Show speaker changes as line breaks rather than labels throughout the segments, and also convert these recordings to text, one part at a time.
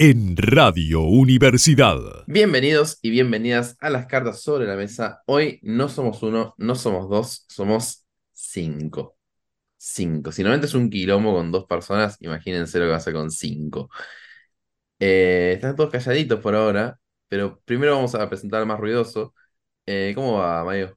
En Radio Universidad.
Bienvenidos y bienvenidas a las cartas sobre la mesa. Hoy no somos uno, no somos dos, somos cinco. Cinco. Si normalmente es un quilombo con dos personas, imagínense lo que va a ser con cinco. Eh, están todos calladitos por ahora, pero primero vamos a presentar al más ruidoso. Eh, ¿Cómo va, Mayo?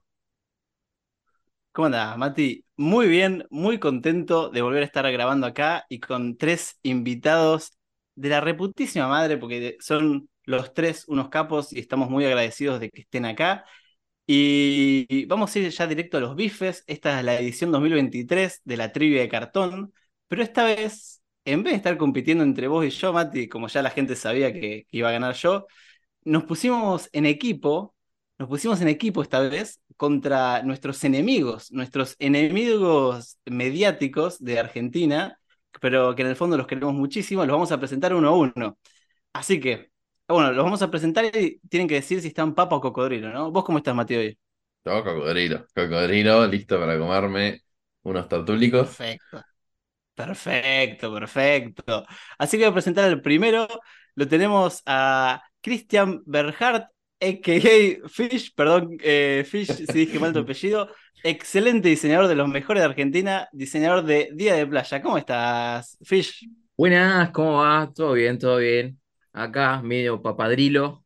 ¿Cómo andás, Mati? Muy bien, muy contento de volver a estar grabando acá y con tres invitados de la reputísima madre, porque son los tres unos capos y estamos muy agradecidos de que estén acá. Y y vamos a ir ya directo a los bifes. Esta es la edición 2023 de la trivia de cartón, pero esta vez, en vez de estar compitiendo entre vos y yo, Mati, como ya la gente sabía que que iba a ganar yo, nos pusimos en equipo, nos pusimos en equipo esta vez contra nuestros enemigos, nuestros enemigos mediáticos de Argentina, pero que en el fondo los queremos muchísimo, los vamos a presentar uno a uno. Así que, bueno, los vamos a presentar y tienen que decir si están papa o cocodrilo, ¿no? ¿Vos cómo estás, Mati, hoy?
Yo, cocodrilo. Cocodrilo, listo para comerme unos tartúlicos.
Perfecto. Perfecto, perfecto. Así que voy a presentar al primero. Lo tenemos a Christian Berhardt, a.k.a. Fish, perdón, eh, Fish, si dije mal tu apellido. Excelente diseñador de los mejores de Argentina, diseñador de Día de Playa. ¿Cómo estás, Fish?
Buenas, ¿cómo va? Todo bien, todo bien. Acá, medio papadrilo.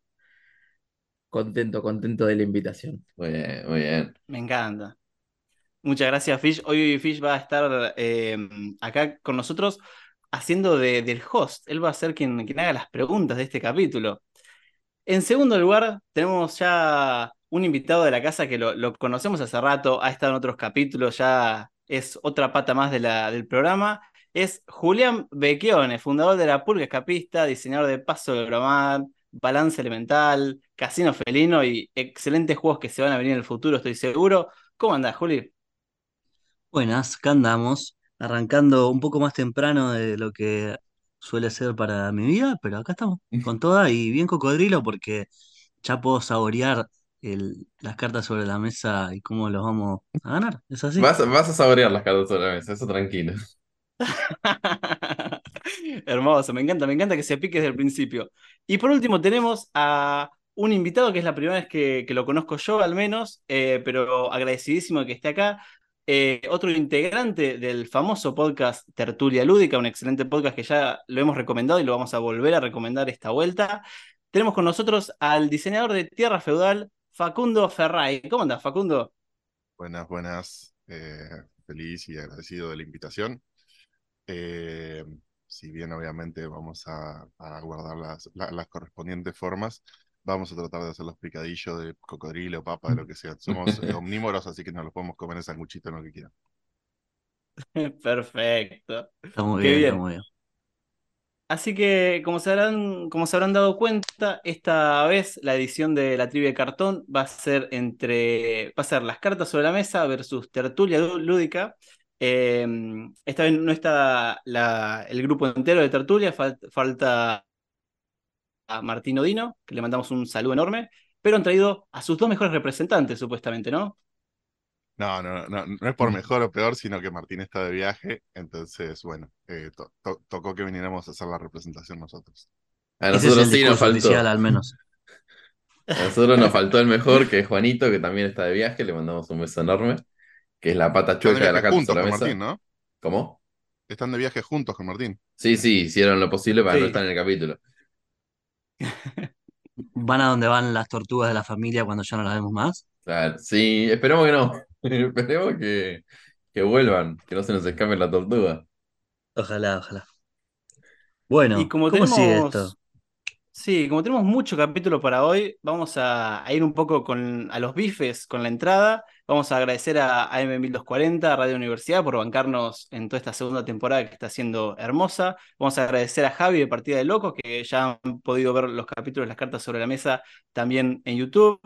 Contento, contento de la invitación.
Muy bien, muy bien.
Me encanta. Muchas gracias, Fish. Hoy Fish va a estar eh, acá con nosotros haciendo de- del host. Él va a ser quien, quien haga las preguntas de este capítulo. En segundo lugar, tenemos ya un invitado de la casa que lo, lo conocemos hace rato, ha estado en otros capítulos, ya es otra pata más de la, del programa. Es Julián Becchione, fundador de La Pulga Escapista, diseñador de Paso de Bromar, Balance Elemental, Casino Felino y excelentes juegos que se van a venir en el futuro, estoy seguro. ¿Cómo andás, Juli?
Buenas, acá andamos, arrancando un poco más temprano de lo que suele ser para mi vida, pero acá estamos, con toda y bien cocodrilo, porque ya puedo saborear el- las cartas sobre la mesa y cómo los vamos a ganar. ¿Es así?
Vas, a- vas a saborear las cartas sobre la mesa, eso tranquilo.
Hermoso, me encanta, me encanta que se pique desde el principio. Y por último tenemos a un invitado que es la primera vez que, que lo conozco yo al menos, eh, pero agradecidísimo de que esté acá. Eh, otro integrante del famoso podcast Tertulia Lúdica, un excelente podcast que ya lo hemos recomendado y lo vamos a volver a recomendar esta vuelta. Tenemos con nosotros al diseñador de Tierra Feudal, Facundo Ferray. ¿Cómo andas, Facundo?
Buenas, buenas. eh, feliz y agradecido de la invitación. Eh, si bien obviamente vamos a, a guardar las, la- las correspondientes formas, vamos a tratar de hacer los picadillos de cocodrilo, papa, de lo que sea. Somos eh, omnívoros, así que nos los podemos comer en sanguchito, en lo que quieran.
Perfecto.
Está muy
Qué
bien, está
bien.
muy bien.
Así que, como se habrán, como se habrán dado cuenta, esta vez la edición de la trivia de cartón va a ser entre, va a ser las cartas sobre la mesa versus tertulia lú- lúdica. Eh, esta vez no está la- el grupo entero de tertulia, fal- falta a Martín Odino, que le mandamos un saludo enorme, pero han traído a sus dos mejores representantes, supuestamente, ¿no?
No, no, no, no
Mm.
es por mejor o peor, sino que Martín está de viaje, entonces, bueno, eh, to- to- tocó que viniéramos a hacer la representación nosotros.
A
Ese es
nosotros
el
sí nos
discurso
faltó.
oficial, al menos.
A nosotros nos faltó el mejor, que es Juanito, que también está de viaje, le mandamos un beso enorme, que es la pata
Están de
chueca de la
viaje
carta
juntos
sobre la
con
mesa.
Martín, ¿no?
¿Cómo?
Están de viaje juntos con Martín.
Sí, sí, hicieron lo posible para no
Sí.
estar en el capítulo.
¿Van a donde van las tortugas de la familia cuando ya no las vemos más?
Claro, sí, esperemos que no. Esperemos que, que vuelvan, que no se nos escape la tortuga.
Ojalá, ojalá. Bueno,
Y como
¿cómo sigue
tenemos,
esto?
sí, como tenemos mucho capítulo para hoy, vamos a, a ir un poco con, a los bifes con la entrada. Vamos a agradecer a AM1240, a Radio Universidad, por bancarnos en toda esta segunda temporada que está siendo hermosa. Vamos a agradecer a Javi de Partida de Locos, que ya han podido ver los capítulos de las cartas sobre la mesa también en YouTube.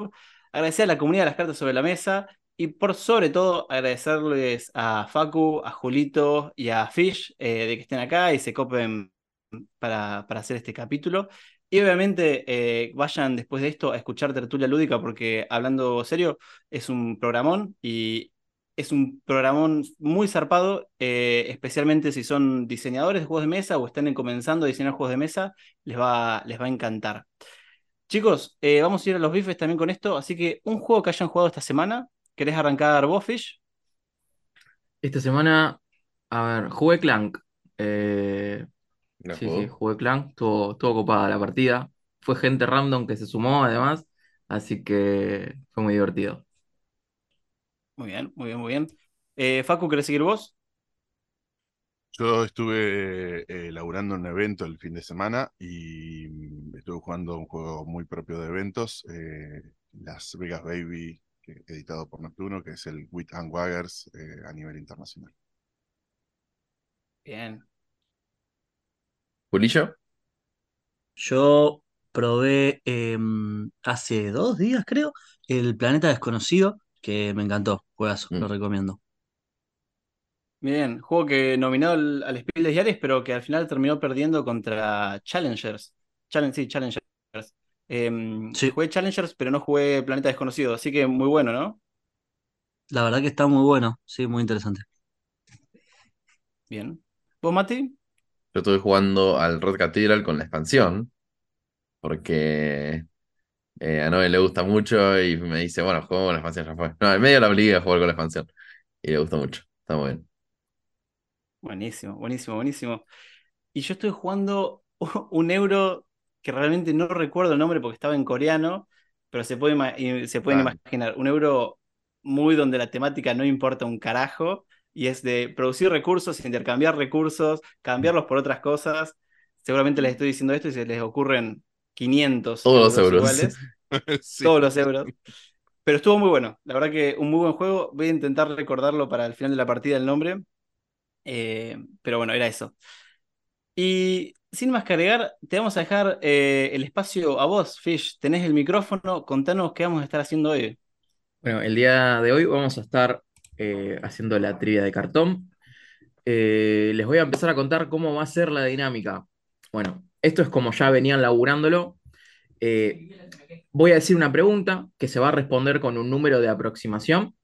Agradecer a la comunidad de las cartas sobre la mesa. Y por sobre todo, agradecerles a Facu, a Julito y a Fish eh, de que estén acá y se copen para, para hacer este capítulo. Y obviamente eh, vayan después de esto a escuchar Tertulia Lúdica porque hablando serio, es un programón y es un programón muy zarpado, eh, especialmente si son diseñadores de juegos de mesa o están comenzando a diseñar juegos de mesa, les va, les va a encantar. Chicos, eh, vamos a ir a los bifes también con esto, así que un juego que hayan jugado esta semana, ¿querés arrancar vos, Fish?
Esta semana, a ver, jugué Clank. Eh,
¿La
sí,
jugó?
sí, jugué Clank, estuvo, estuvo copada la partida. Fue gente random que se sumó además, así que fue muy divertido.
Muy bien, muy bien, muy bien. Eh, Facu, ¿querés seguir vos?
Yo estuve eh, laburando en un evento el fin de semana y mm, estuve jugando un juego muy propio de eventos, eh, Las Vegas Baby, que- editado por Neptuno, que es el Wit and Waggers eh, a nivel internacional.
Bien.
¿Julillo?
Yo probé em, hace dos días, creo, el Planeta Desconocido, que me encantó. Juegazo,
Mm.
lo recomiendo.
Bien, juego que nominado al, al Spiel de Diaries, pero que al final terminó perdiendo contra Challengers. Challenge, sí, Challengers. Em,
Sí.
Jugué Challengers, pero no jugué Planeta Desconocido, así que muy bueno, ¿no?
La verdad que está muy bueno, sí, muy interesante.
Bien. ¿Vos, Mati?
Yo estuve jugando al Red Cathedral con la expansión, porque eh, a Noel le gusta mucho y me dice, bueno, juego con la expansión, ya fue. No, en medio la obligué a jugar con la expansión y le gusta mucho, está muy bien.
Buenísimo, buenísimo, buenísimo. Y yo estoy jugando un euro que realmente no recuerdo el nombre porque estaba en coreano, pero se, puede ima- eh, se pueden
Vale.
imaginar. Un euro muy donde la temática no importa un carajo y es de producir recursos, intercambiar recursos, cambiarlos por otras cosas. Seguramente les estoy diciendo esto y se les ocurren 500
Todos los euros.
iguales,
Sí.
todos los euros. Pero estuvo muy bueno. La verdad que un muy buen juego. Voy a intentar recordarlo para el final de la partida el nombre. Eh, pero bueno, era eso. Y sin más que agregar, te vamos a dejar eh, el espacio a vos, Fish. Tenés el micrófono, contanos qué vamos a estar haciendo hoy.
Bueno, el día de hoy vamos a estar eh, haciendo la trivia de cartón. Eh, les voy a empezar a contar cómo va a ser la dinámica. Bueno, esto es como ya venían laburándolo. Eh, voy a decir una pregunta que se va a responder con un número de aproximación.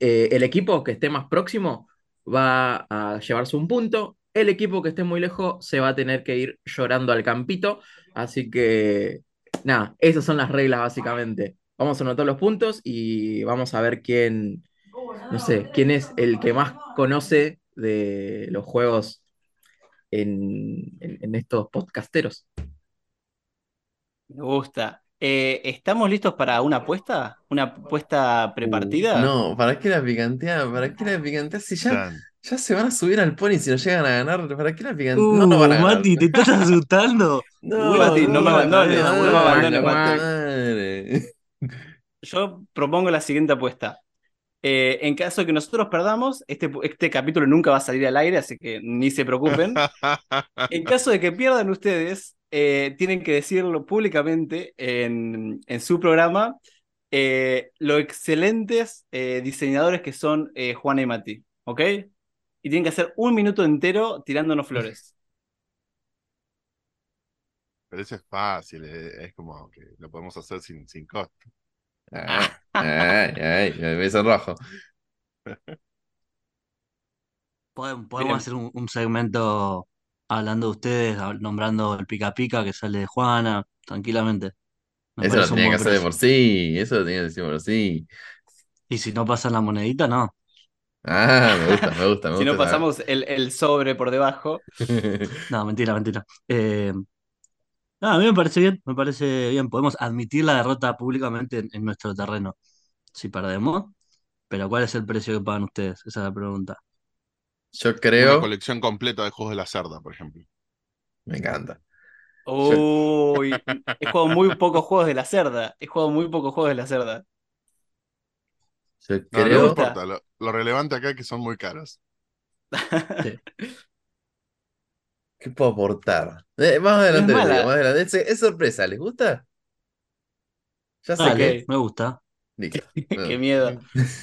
Eh, el equipo que esté más próximo va a llevarse un punto. El equipo que esté muy lejos se va a tener que ir llorando al campito. Así que nada, esas son las reglas básicamente. Vamos a anotar los puntos y vamos a ver quién, no sé, quién es el que más conoce de los juegos en, en- en estos podcasteros.
Me gusta. Eh, ¿estamos listos para una apuesta? ¿Una apuesta prepartida?
Uh, No, ¿para qué la picantea? ¿Para qué la picantea? Si ya,
Tan.
ya se van a subir al pony si no llegan a ganar, ¿para qué la picantea?
Uh,
no, no van a ganar.
Mati, te estás asustando.
No,
Mati, no me
van a
abandones,
ganar,
no me abandones,
la puta
Mati.
madre.
Yo propongo la siguiente apuesta. Eh, en caso de que nosotros perdamos, este, este capítulo nunca va a salir al aire, así que ni se preocupen. En caso de que pierdan ustedes, eh, tienen que decirlo públicamente en, en su programa eh, lo excelentes eh, diseñadores que son eh, Juana y Mati, ¿ok? Y tienen que hacer un minuto entero tirándonos flores.
Pero eso es fácil, eh, es como que lo podemos hacer sin, sin costo.
Ay, ay, ay, me beso rojo.
Podem- Podemos,
Bien.
hacer un, un segmento hablando de ustedes, hab- nombrando el Pica Pica que sale de Juana, tranquilamente. Me
Eso lo
parece un
tenía que
buen
hacer de
precio.
por sí, eso lo tenía que decir por sí.
Y si no pasan la monedita, no.
Ah, me gusta, me gusta, me
Si no
gusta esa-
pasamos el, el sobre por debajo.
No, mentira, mentira. Eh, no, a mí me parece bien, me parece bien. Podemos admitir la derrota públicamente en, en nuestro terreno. Si perdemos, pero ¿cuál es el precio que pagan ustedes? Esa es la pregunta.
Yo
Una
creo,
colección completa de juegos de la cerda, por ejemplo.
me encanta.
Uy, he jugado muy pocos juegos de la cerda. He jugado muy pocos juegos de la cerda.
Yo
No, no
creo,
gusta.
importa, lo, lo relevante acá es que son muy caros.
¿qué puedo aportar? Eh, más adelante,
No es
les digo,
mala.
más adelante. Es, es sorpresa, ¿les gusta? Ya sé
Dale,
que
me gusta.
Listo.
Qué miedo.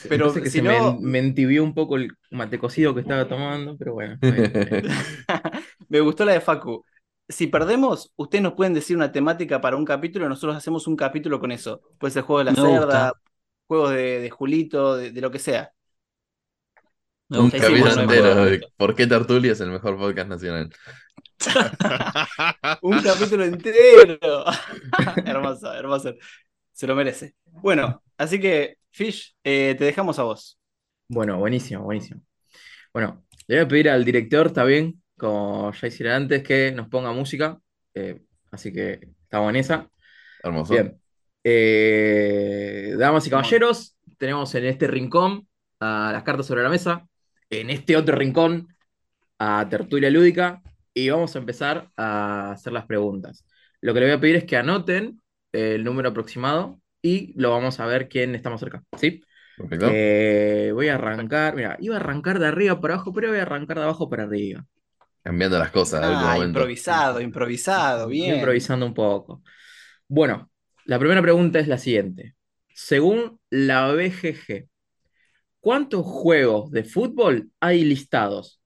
Pero
Pero que
si
se me,
no,
en- me entibió un poco el mate cocido que estaba tomando, pero bueno. está bien, está bien.
me gustó la de Facu. Si perdemos, ustedes nos pueden decir una temática para un capítulo, nosotros hacemos un capítulo con eso. Puede ser juego de la
Me
cerda,
gusta.
juegos de, de Julito, de, de lo que sea.
Me
Un
gusta.
Ahí sí,
capítulo
bueno,
entero
eh.
bueno.
de por qué Tertulia es el mejor podcast nacional.
Un capítulo entero. hermoso, hermoso. Se lo merece. Bueno, así que, Fish, eh, te dejamos a vos.
Bueno, buenísimo, buenísimo. Bueno, le voy a pedir al director, está bien, como ya hicieron antes, que nos ponga música. eh, así que estamos en esa.
Hermoso.
Bien. Eh, damas y caballeros, tenemos en este rincón a las cartas sobre la mesa, en este otro rincón a Tertulia Lúdica y vamos a empezar a hacer las preguntas. Lo que le voy a pedir es que anoten el número aproximado y lo vamos a ver quién está más cerca, ¿sí?
Perfecto.
Eh, voy a arrancar, mira, iba a arrancar de arriba para abajo, pero voy a arrancar de abajo para arriba.
Cambiando las cosas. al último
Ah,
momento.
improvisado, improvisado, bien.
Improvisando un poco. Bueno, la primera pregunta es la siguiente. Según la BGG, ¿cuántos juegos de fútbol hay listados?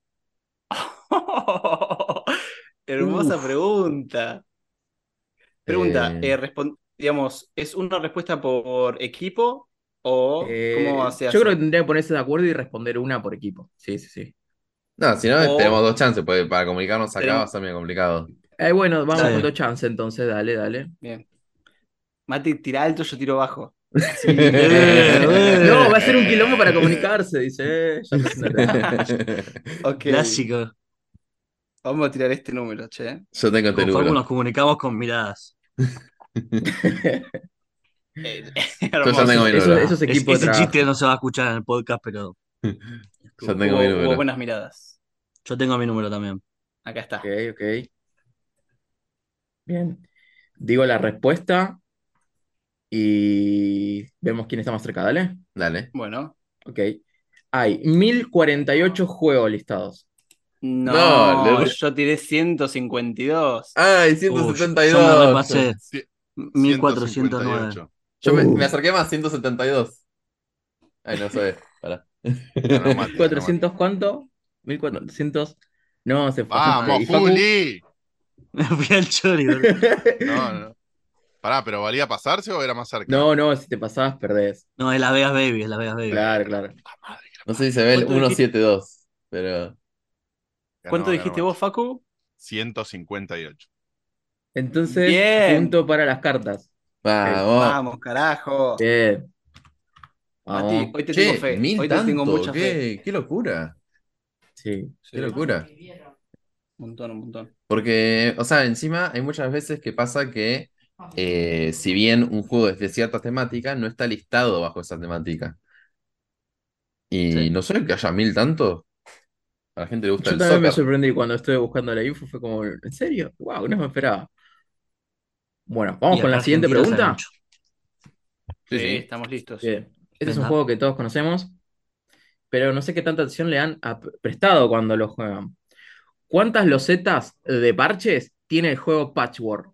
Hermosa
Uf.
pregunta. Pregunta,
Eh.
eh, respon- digamos, ¿es una respuesta por equipo o
Eh,
cómo se hace?
yo creo que tendría que ponerse de acuerdo y responder una por equipo. Sí, sí, sí.
No, si no,
O-
tenemos dos chances. porque para comunicarnos acá
Tenemos-
va a ser medio complicado.
Eh, bueno, vamos
Dale.
dando chance entonces, dale, dale.
Bien. Mati, tira alto, yo tiro bajo. Así.
Eh,
No, va a ser un quilombo para comunicarse, dice. eh, ya está haciendo el-
Ok,
Clásico.
Vamos a tirar este número, che.
Yo tengo este
Conforme
número.
nos comunicamos con miradas.
Eh,
Yo ya
hermoso.
tengo mi
Eso-
número.
eso es
Es-
equipo de
ese
trabajo.
chiste no se va a escuchar en el podcast, pero
Ya tengo mi
Hubo- hubo
número.
buenas miradas.
yo tengo mi número también.
Acá está.
Eh.
Ok, ok. Bien. Digo la respuesta y vemos quién está más cerca, dale.
Dale.
Bueno.
Ok. Hay 1048 juegos listados.
No,
le- Ah,
yo tiré 152.
¡Ay,
Uy,
172!
yo me repasé.
Cien-
1409.
158.
Yo me,
Uh.
me acerqué más, 172. Ay, no sé, pará.
No, no, Mati, no,
400, ¿cuánto? 1400. No, se fue.
Mati.
¿Y
¡Vamos,
Facu?
Juli!
Me fui al chori, boludo.
No, no. Pará, pero ¿valía pasarse o era más cerca?
No, no, si te pasabas, perdés.
No, es la Vegas Baby, es la Vegas Baby.
Claro, claro.
No sé si se ve el
¿Cuánto dijiste?
172,
Eh,
pero.
Ganó,
¿Cuánto
ganó,
dijiste
ganó.
vos, Facu?
158.
Entonces,
Bien.
punto para las cartas.
Vamos.
Vamos, carajo.
Eh,
Bien.
Mati,
Vamos.
hoy te
Che,
tengo fe.
mil
Hoy te tengo
tanto,
mucha
qué,
fe.
qué locura.
Sí.
Qué locura.
Un montón, un montón.
Porque, o sea, encima hay muchas veces que pasa que, eh, si bien un juego es de cierta temática, no está listado bajo esa temática. Y
Sí.
no sé que haya mil tantos. A la gente le gusta
Yo
el
también me
soccer.
sorprendí cuando estuve buscando la info, fue como, ¿en serio? Wow, no me esperaba. Bueno,
Y
vamos con
acá
la siguiente
Argentina sabe
pregunta.
mucho.
Sí,
Sí,
sí.
estamos listos.
Bien. Este es un
Venga.
juego que todos conocemos, pero no sé qué tanta atención le han ap- prestado cuando lo juegan. ¿Cuántas losetas de parches tiene el juego Patchwork?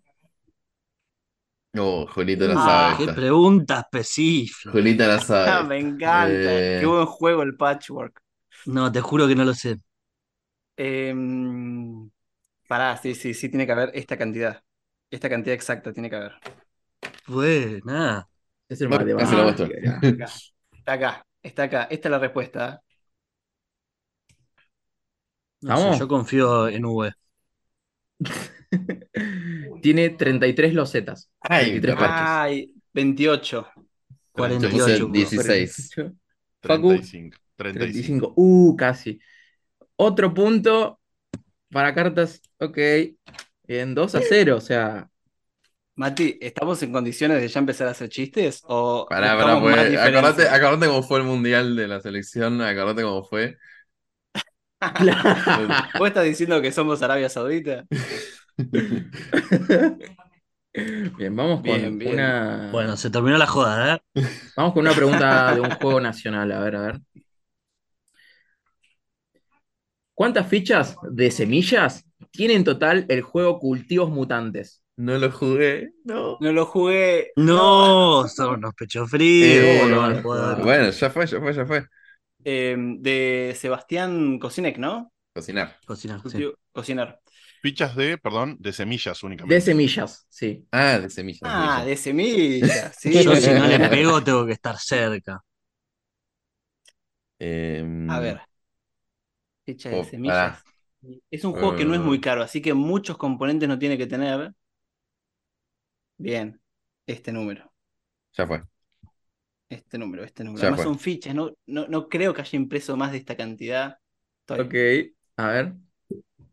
No, Julita la
Ah,
sabe
qué
esta.
pregunta específica.
Julita la
Ah,
sabe.
me encanta.
Eh.
Qué buen juego el patchwork.
No, te juro que no lo sé.
Em, pará, sí, sí, sí, tiene que haber esta cantidad. Esta cantidad exacta tiene que haber.
Pues nada.
Es el
Bueno,
más de
ya se lo
Batman, Ah,
muestro.
era.
Acá. Está acá, está acá. Esta es la respuesta.
No sé,
Vamos.
yo confío en V.
Tiene 33 losetas.
Ay,
23
capaz.
parches.
Ay, 28.
48.
Entonces, 16.
48, Facu.
35. 35.
35. Uh, casi. Otro punto para cartas. Ok. Bien, 2 a 0, o sea.
Mati, ¿estamos en condiciones de ya empezar a hacer chistes? ¿O
Pará,
buscamos
pará,
más
porque
diferencias?
acordate, acordate cómo fue el mundial de la selección, acordate cómo fue.
¿Vos estás diciendo que somos Arabia Saudita?
Bien, vamos con
Bien, bien.
una.
Bueno, se terminó la joda, ¿eh?
Vamos con una pregunta de un juego nacional. A ver, a ver. ¿Cuántas fichas de semillas tiene en total el juego Cultivos Mutantes?
No lo jugué, no.
No lo jugué.
No, son unos pechos fríos.
Eh,
no
bueno,
van a poder.
Bueno, ya fue, ya fue, ya fue.
Eh, de Sebastián Cosinek, ¿no?
Cocinar.
Cocinar, sí.
Cultivo- Cocinar.
Fichas de, perdón, de semillas únicamente.
De semillas, sí.
Ah, de semillas.
Ah,
de
de semillas. Sí,
Yo si no le pego tengo que estar cerca.
semillas. Em,
A ver. Fecha de
Oh,
semillas. Es un juego que no es muy caro, así que muchos componentes no tiene que tener. Bien, este número.
Ya fue.
Este número, este número.
Ya
Además
fue.
son fichas, no, no, no creo que haya impreso más de esta cantidad. Está bien.
Ok, a ver.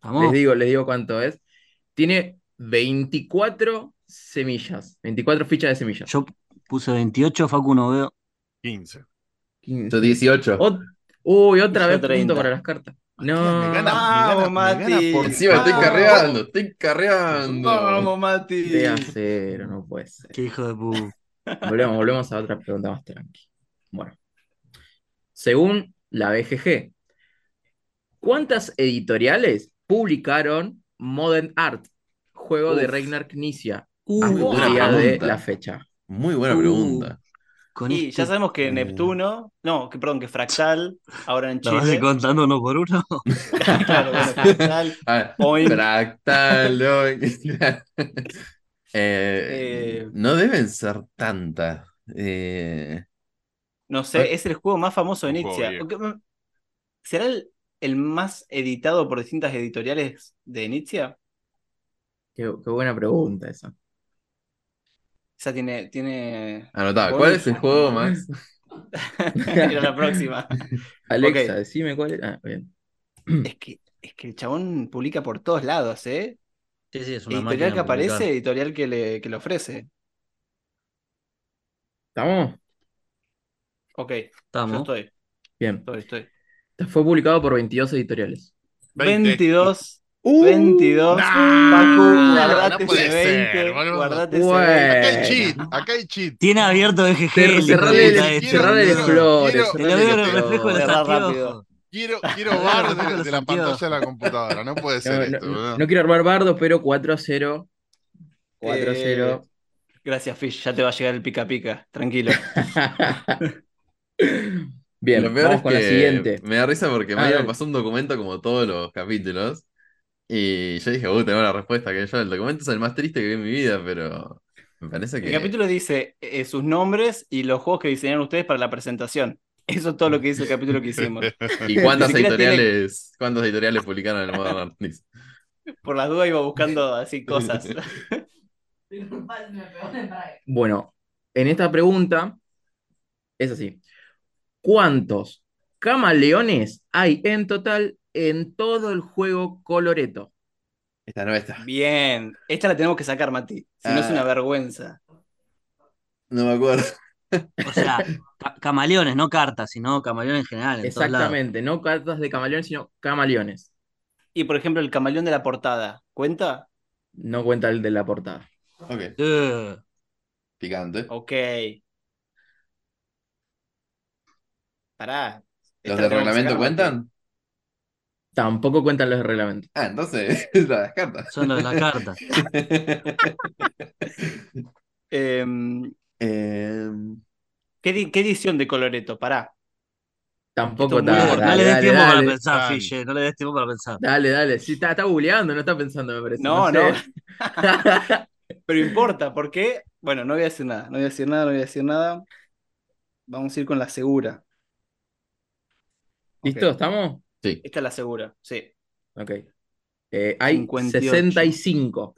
Les
Vamos.
digo, les digo cuánto es. Tiene 24 semillas, 24 fichas de semillas.
Yo puse 28, Facu no veo.
15.
Yo 18.
Ot- Uy, otra
Yo
vez
30.
punto para las cartas.
Me gana,
No,
Vamos,
me gana, me gana
Mati.
por-
Encima estoy
Vamos.
carreando, estoy carreando.
Vamos, Mati.
de a cero, no puede ser.
Qué hijo de pu.
Volvemos, volvemos a otra pregunta más tranqui. Bueno. Según la BGG, ¿cuántas editoriales publicaron Modern Art, juego de
Uf.
Reignar Knizia,
Uh,
hasta
buena
el día de
pregunta.
la fecha?
Muy buena
Uh.
pregunta.
con
Y ya
este-
sabemos que
Eh.
Neptuno, no, que perdón, que Fractal, ahora en
¿La vas a
Chile.
ir contando uno por uno?
Claro, bueno, Fractal,
A ver,
Point.
fractal, hoy. Eh,
Eh.
no deben ser tantas. Eh,
No sé, es el juego más famoso de
Un juego
Nizia.
viejo.
Ok, mm, ¿Será el, el más editado por distintas editoriales de Nizia?
Qué, qué buena pregunta esa.
O sea, tiene, tiene.
anotá, ¿cuál es el juego más?
Era la próxima.
Alexa,
Ok.
decime cuál es. Ah, bien.
Es que, es que el chabón publica por todos lados, ¿eh?
Sí, sí, es una máquina
Editorial que
de publicar.
aparece, editorial que le, que le ofrece.
¿Estamos?
Ok, yo
Estamos.
estoy,
Bien.
estoy, estoy.
Fue publicado por 22 editoriales.
20.
22, 22, Facu,
Uh, no,
guardate
no puede
ese
ser,
20,
boludo.
guardate ese
Bueno.
20.
Acá hay
Bueno.
cheat, acá hay cheat.
Tiene abierto BGG.
Cer-
el hijo de
cerrarle
puta
el-
este,
cerrarle el
boludo.
flor.
flores.
Quiero-
Te lo
cerrarle
veo en
el
el reflejo de
flor.
Cerrar
los
rápido.
rápido.
Quiero, quiero ver
Acá
de,
los
de la
sentidos.
pantalla de la computadora. No puede
No,
ser
no,
esto, boludo.
no quiero armar bardo, pero 4 a 0.
Eh,
4 a 0.
Gracias, Fish, ya te va a llegar el pica pica, tranquilo.
Bien,
Lo peor
vamos
es
con la
que
siguiente.
me da risa porque
A
Mario me
ver.
pasó un documento como todos los capítulos. Y yo dije, uy, tengo la respuesta que yo. El documento es el más triste que vi en mi vida, pero me parece que.
El capítulo dice eh, sus nombres y los juegos que diseñaron ustedes para la presentación. Eso es todo lo que dice el capítulo que hicimos.
¿Y cuántas
Ni siquiera tiene-
editoriales, cuántas editoriales publicaron el Modern Artist?
Por las dudas iba buscando así cosas.
Bueno, en esta pregunta es así. ¿Cuántos camaleones hay en total en todo el juego Coloreto?
Esta no está.
Bien, esta la tenemos que sacar, Mati. Si no es
Ah.
una vergüenza.
No me acuerdo.
O sea, ca- camaleones, no cartas, sino camaleones en general. En todos lados.
Exactamente, no cartas de camaleones, sino camaleones.
Y por ejemplo, el camaleón de la portada. ¿Cuenta?
No cuenta el de la portada.
Ok,
Eh,
picante.
Ok. Pará.
¿Los
Esta la
del
tenemos que
reglamento
sacar, Mati.
cuentan?
Tampoco cuentan los de reglamento.
Ah, entonces, la descarta.
son los de las cartas.
Em,
Em,
¿qué, di- qué edición de Coloreto? Pará.
Tampoco
Esto es muy
ta-
importante.
no
dale,
le des
dale,
tiempo para
dale.
pensar,
dale.
Fiche. No le des tiempo para pensar.
Dale, dale. Sí, está, está googleando, no está pensando, me parece.
No, no.
sé.
Pero importa, porque, bueno, no voy a decir nada, no voy a decir nada, no voy a decir nada. Vamos a ir con la segura.
¿Listo?
Ok,
¿Estamos?
sí.
Esta es la segura, sí.
Ok. Eh, hay
58.
65.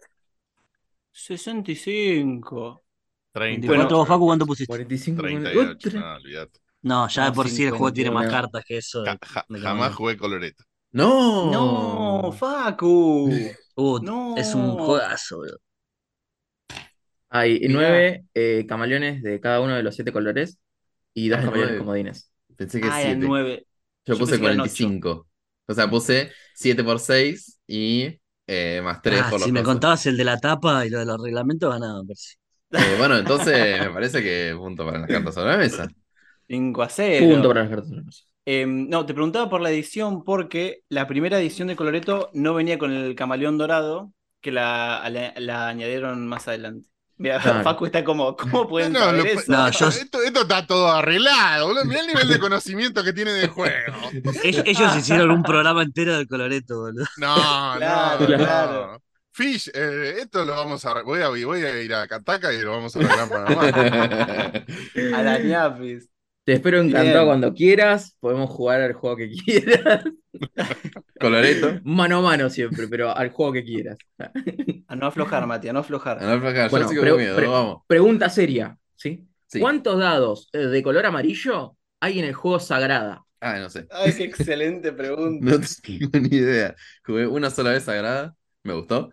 65.
30.
24 vos, Facu, ¿cuánto pusiste?
45.
38,
Otra.
no, olvídate.
No, ya de por sí el juego tiene más
51.
cartas que eso.
Ja- ja-
de
jamás
camaleón.
jugué coloreta.
No. Oh.
No, Facu.
Uh,
No.
Es un juegazo, bro.
Hay
Mirá.
9 eh, camaleones de cada uno de los 7 colores y 2
Ah,
camaleones
nueve.
comodines.
Pensé que
Ah,
siete.
eran 9.
Yo
Yo
puse
pensé que eran
45. O sea, puse 7 por 6 y eh, más 3
Ah,
por los
si me
cosos.
contabas el de la tapa y lo de los reglamentos, ganaba, me parece.
Eh, bueno, entonces me parece que punto para las cartas sobre la mesa.
5 a 0.
Punto para las cartas.
Em, no, te preguntaba por la edición porque la primera edición de Coloreto no venía con el camaleón dorado, que la, la- la añadieron más adelante. Mira,
Claro.
Facu está como, ¿cómo pueden
No, lo-
saber eso?
No, yo-
Esto, esto está todo arreglado, boludo. Mirá el nivel de conocimiento que tiene de juego.
Ell- Ellos hicieron un programa entero del Coloreto, boludo.
No,
Claro,
no,
claro.
no. Fish, eh, esto lo vamos a. arre- Voy a, voy a ir a Kataka y lo vamos a arreglar para más.
A la ñapis.
Te espero encantado
Bien.
cuando quieras. Podemos jugar al juego que quieras.
Coloreto.
Mano a mano siempre, pero al juego que quieras.
A no aflojar, Mati, a no aflojar.
A no aflojar,
Bueno,
yo sí que
pre-
tengo miedo,
pre-
vamos.
Pregunta seria, ¿sí?
Sí.
¿Cuántos dados eh, de color amarillo hay en el juego Sagrada?
Ah, no sé.
Ay, qué excelente pregunta.
No tengo ni idea. Jugué una sola vez sagrada, me gustó.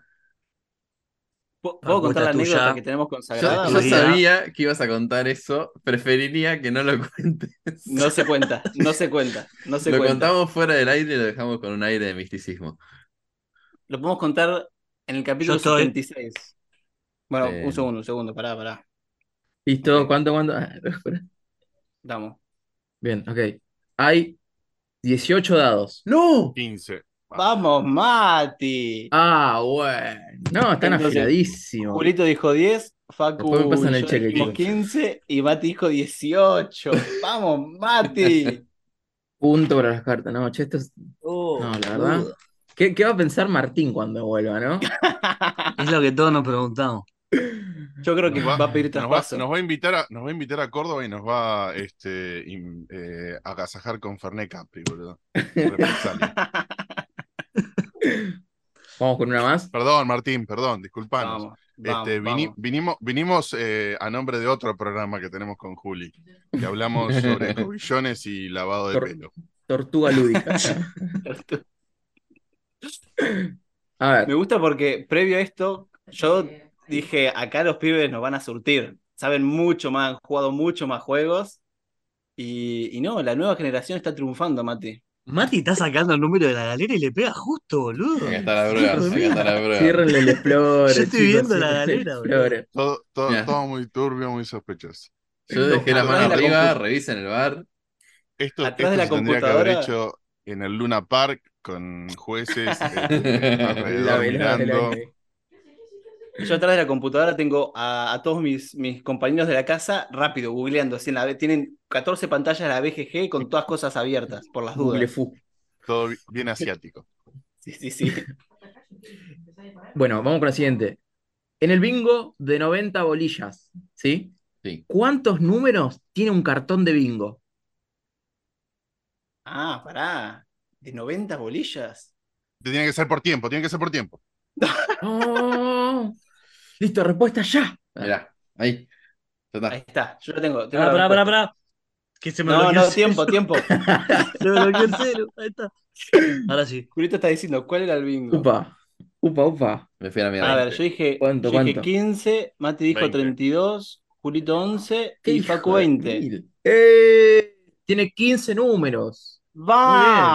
¿Puedo puedo contar la
Respuesta
anécdota
tuya.
que tenemos con
Yo,
Sagrada?
yo
no
Mati?
diga.
sabía que ibas a contar eso, preferiría que no lo cuentes.
No se cuenta, no se cuenta, no se
lo
cuenta.
contamos fuera del aire y lo dejamos con un aire de misticismo.
Lo podemos contar en el capítulo
Yo estoy.
76. Bueno,
Eh.
un segundo, un segundo, pará, pará.
¿Listo? ¿Cuánto, cuánto? Ah,
Vamos.
Bien, ok. Hay 18 dados.
¡No!
15.
Vamos, Mati.
Ah, bueno. No, están
Entonces,
afiladísimos.
Julito dijo 10, Facu
Después me pasan el
y yo
cheque,
dijimos
chicos.
15 y Mati dijo 18. Vamos, Mati.
Punto para las cartas. No, che, esto es- No, la verdad.
boludo.
¿Qué, qué va a pensar Martín cuando vuelva, no?
Es lo que todos nos preguntamos.
Yo creo que
Nos va-
va, a pedir
Nos va,
traspaso.
nos va a invitar a, nos va a invitar a Córdoba y nos va este, im- eh, a agasajar con Ferné Capri, boludo. Represalia.
Vamos con una más.
Perdón, Martín, perdón, disculpanos.
Vamos, vamos,
Este, vini-
vamos.
vinimos vinimos eh, a nombre de otro programa que tenemos con Juli, que hablamos sobre cobillones y lavado de
Cor-
pelo.
Tortuga lúdica. A
Me
ver.
gusta porque previo a esto, yo dije, acá los pibes nos van a surtir. Saben mucho más, han jugado mucho más juegos. Y, y no, la nueva generación está triunfando, Mati.
Mati está sacando el número de la galera y le pega justo, boludo.
Acá está la prueba, acá está la prueba.
Ciérrenle los flores.
Yo estoy
chicos,
viendo la
ciérrenle
galera,
los
boludo.
flores.
Todo, todo,
Mirá.
todo muy turbio, muy sospechoso.
Yo dejé la
No,
mano
atrás de la
arriba,
compu-
revisen el bar.
Esto,
Atrás
esto
de la
se tendría que haber
computadora.
hecho en el Luna Park con jueces eh,
La
Ah,
velada
alrededor
de la
mirando.
galera.
Yo atrás de la computadora tengo a, a todos mis, mis compañeros de la casa rápido, googleando. Así en la, tienen 14 pantallas de la BGG con todas cosas abiertas, por las
Google
dudas.
Fu.
Todo bi- bien asiático.
Sí, sí, sí.
Bueno, vamos con la siguiente. En el bingo de 90 bolillas, ¿sí?
Sí.
¿Cuántos números tiene un cartón de bingo?
Ah, pará. De 90 bolillas.
Tiene que ser por tiempo, tiene que ser por tiempo.
No. Listo, respuesta ya.
Mirá, ahí. Ya
Ah.
está.
Ahí está, yo lo tengo. tengo
Pará,
la
pará, pará,
respuesta.
pará. Que se me
pues. No,
bloqueó
no,
el
tiempo,
celu.
tiempo.
Se me bloqueó el celu. Ahí está. Ahora sí.
Julito está diciendo, ¿cuál era el bingo?
Upa, upa, upa.
Me fui a la mierda.
A ver, yo dije,
¿Cuánto,
yo dije
cuánto?
15, Mati dijo
20.
32, Julito 11
¿Qué
y
hijo
Facu
de
20.
mil? Eh, tiene 15 números.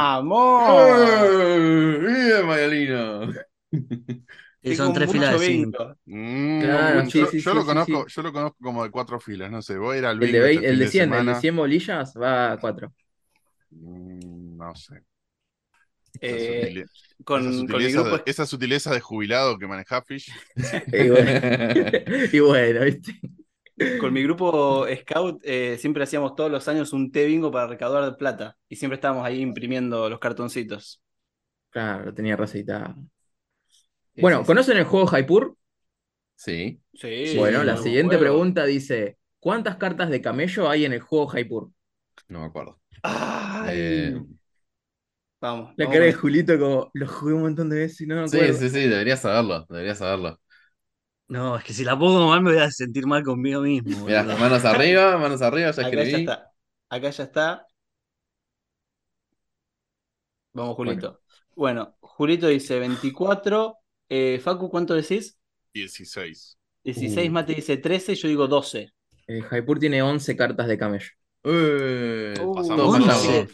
¡Vamos!
¡Eh! ¡Bien, Mayalino!
Y
Tengo
Eh, son tres
mucho
filas de
bingo.
cinco.
Mm,
Claro, sí,
yo,
sí,
yo
sí,
lo
sí,
conozco,
sí.
yo lo conozco como de cuatro filas, no sé, voy a ir al
El de,
bingo
vei-
este
el
fin
de
de
100, el de
semana.
100 bolillas va a 4.
Mm, No sé. Esas
Eh,
sutile-
con,
esas
con mi
sutilezas
grupo.
de- esa sutileza de jubilado que maneja Fish.
Y bueno, y bueno, ¿viste?
Con mi grupo Scout eh, siempre hacíamos todos los años un té bingo para recaudar plata y siempre estábamos ahí imprimiendo los cartoncitos.
Claro, lo tenía receta.
Sí,
Bueno,
sí,
¿conocen el juego Jaipur?
Sí.
Sí,
Bueno, la
buen
siguiente
juego.
pregunta dice: ¿Cuántas cartas de camello hay en el juego Jaipur?
No me acuerdo.
Ay,
Eh,
vamos.
La
Oh,
vamos
cara de
con-
Julito, como lo jugué un montón de veces y no me
sí,
acuerdo.
sí, sí, debería saberlo. Debería saberlo.
No, es que si la pongo mal me voy a sentir mal conmigo mismo.
Mirá,
boludo.
manos arriba, manos arriba, ya
Acá ya
escribí.
está. Acá ya está. Vamos, Julito. Bueno, Julito dice 24. Eh, Facu, ¿cuánto decís?
16.
16,
Uh.
Mate dice 13, yo digo 12.
El Eh, Jaipur tiene 11 cartas de camello.
Eh,
Uh,
Pasamos
once.
allá.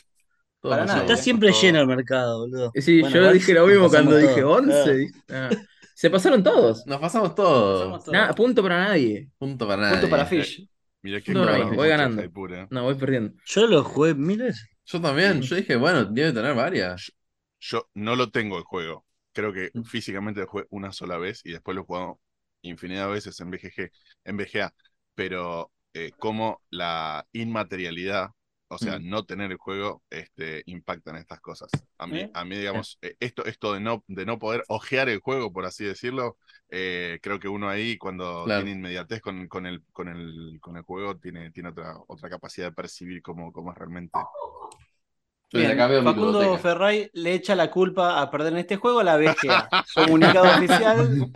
todo
Para
pasado.
nada.
Está siempre
Todo.
lleno el mercado, boludo.
Eh, Sí,
Bueno,
yo
igual
dije lo
nos
mismo
pasamos
cuando dije
todos.
11.
Claro.
dije- ah. Se pasaron todos.
Nos pasamos todo.
Pasamos
Nada, punto para nadie.
Punto
Ah,
para nada.
Punto para Fish.
Mirá que
No,
no,
caro,
voy
muchacho,
ganando.
ahí pura.
No, voy perdiendo.
Yo lo jugué mil veces.
Yo también. Yo dije, bueno, debe tener varias.
Yo no lo tengo el juego. Creo que
Mm.
físicamente lo jugué una sola vez y después lo he jugado infinidad de veces en BGG, en BGA. Pero eh, como la inmaterialidad, o sea,
Mm.
no tener el juego, este, impacta en estas cosas. A mí,
¿Eh?
a mí digamos, eh, esto, esto de no, de no poder ojear el juego, por así decirlo, eh, creo que uno ahí cuando
Claro.
tiene inmediatez con, con el, con el, con el juego, tiene, tiene otra, otra capacidad de percibir cómo, cómo es realmente.
Yo le
Bien,
cambio mi
Facundo
biblioteca.
Ferrari le echa la culpa a perder en este juego a la BGA. Comunicado oficial.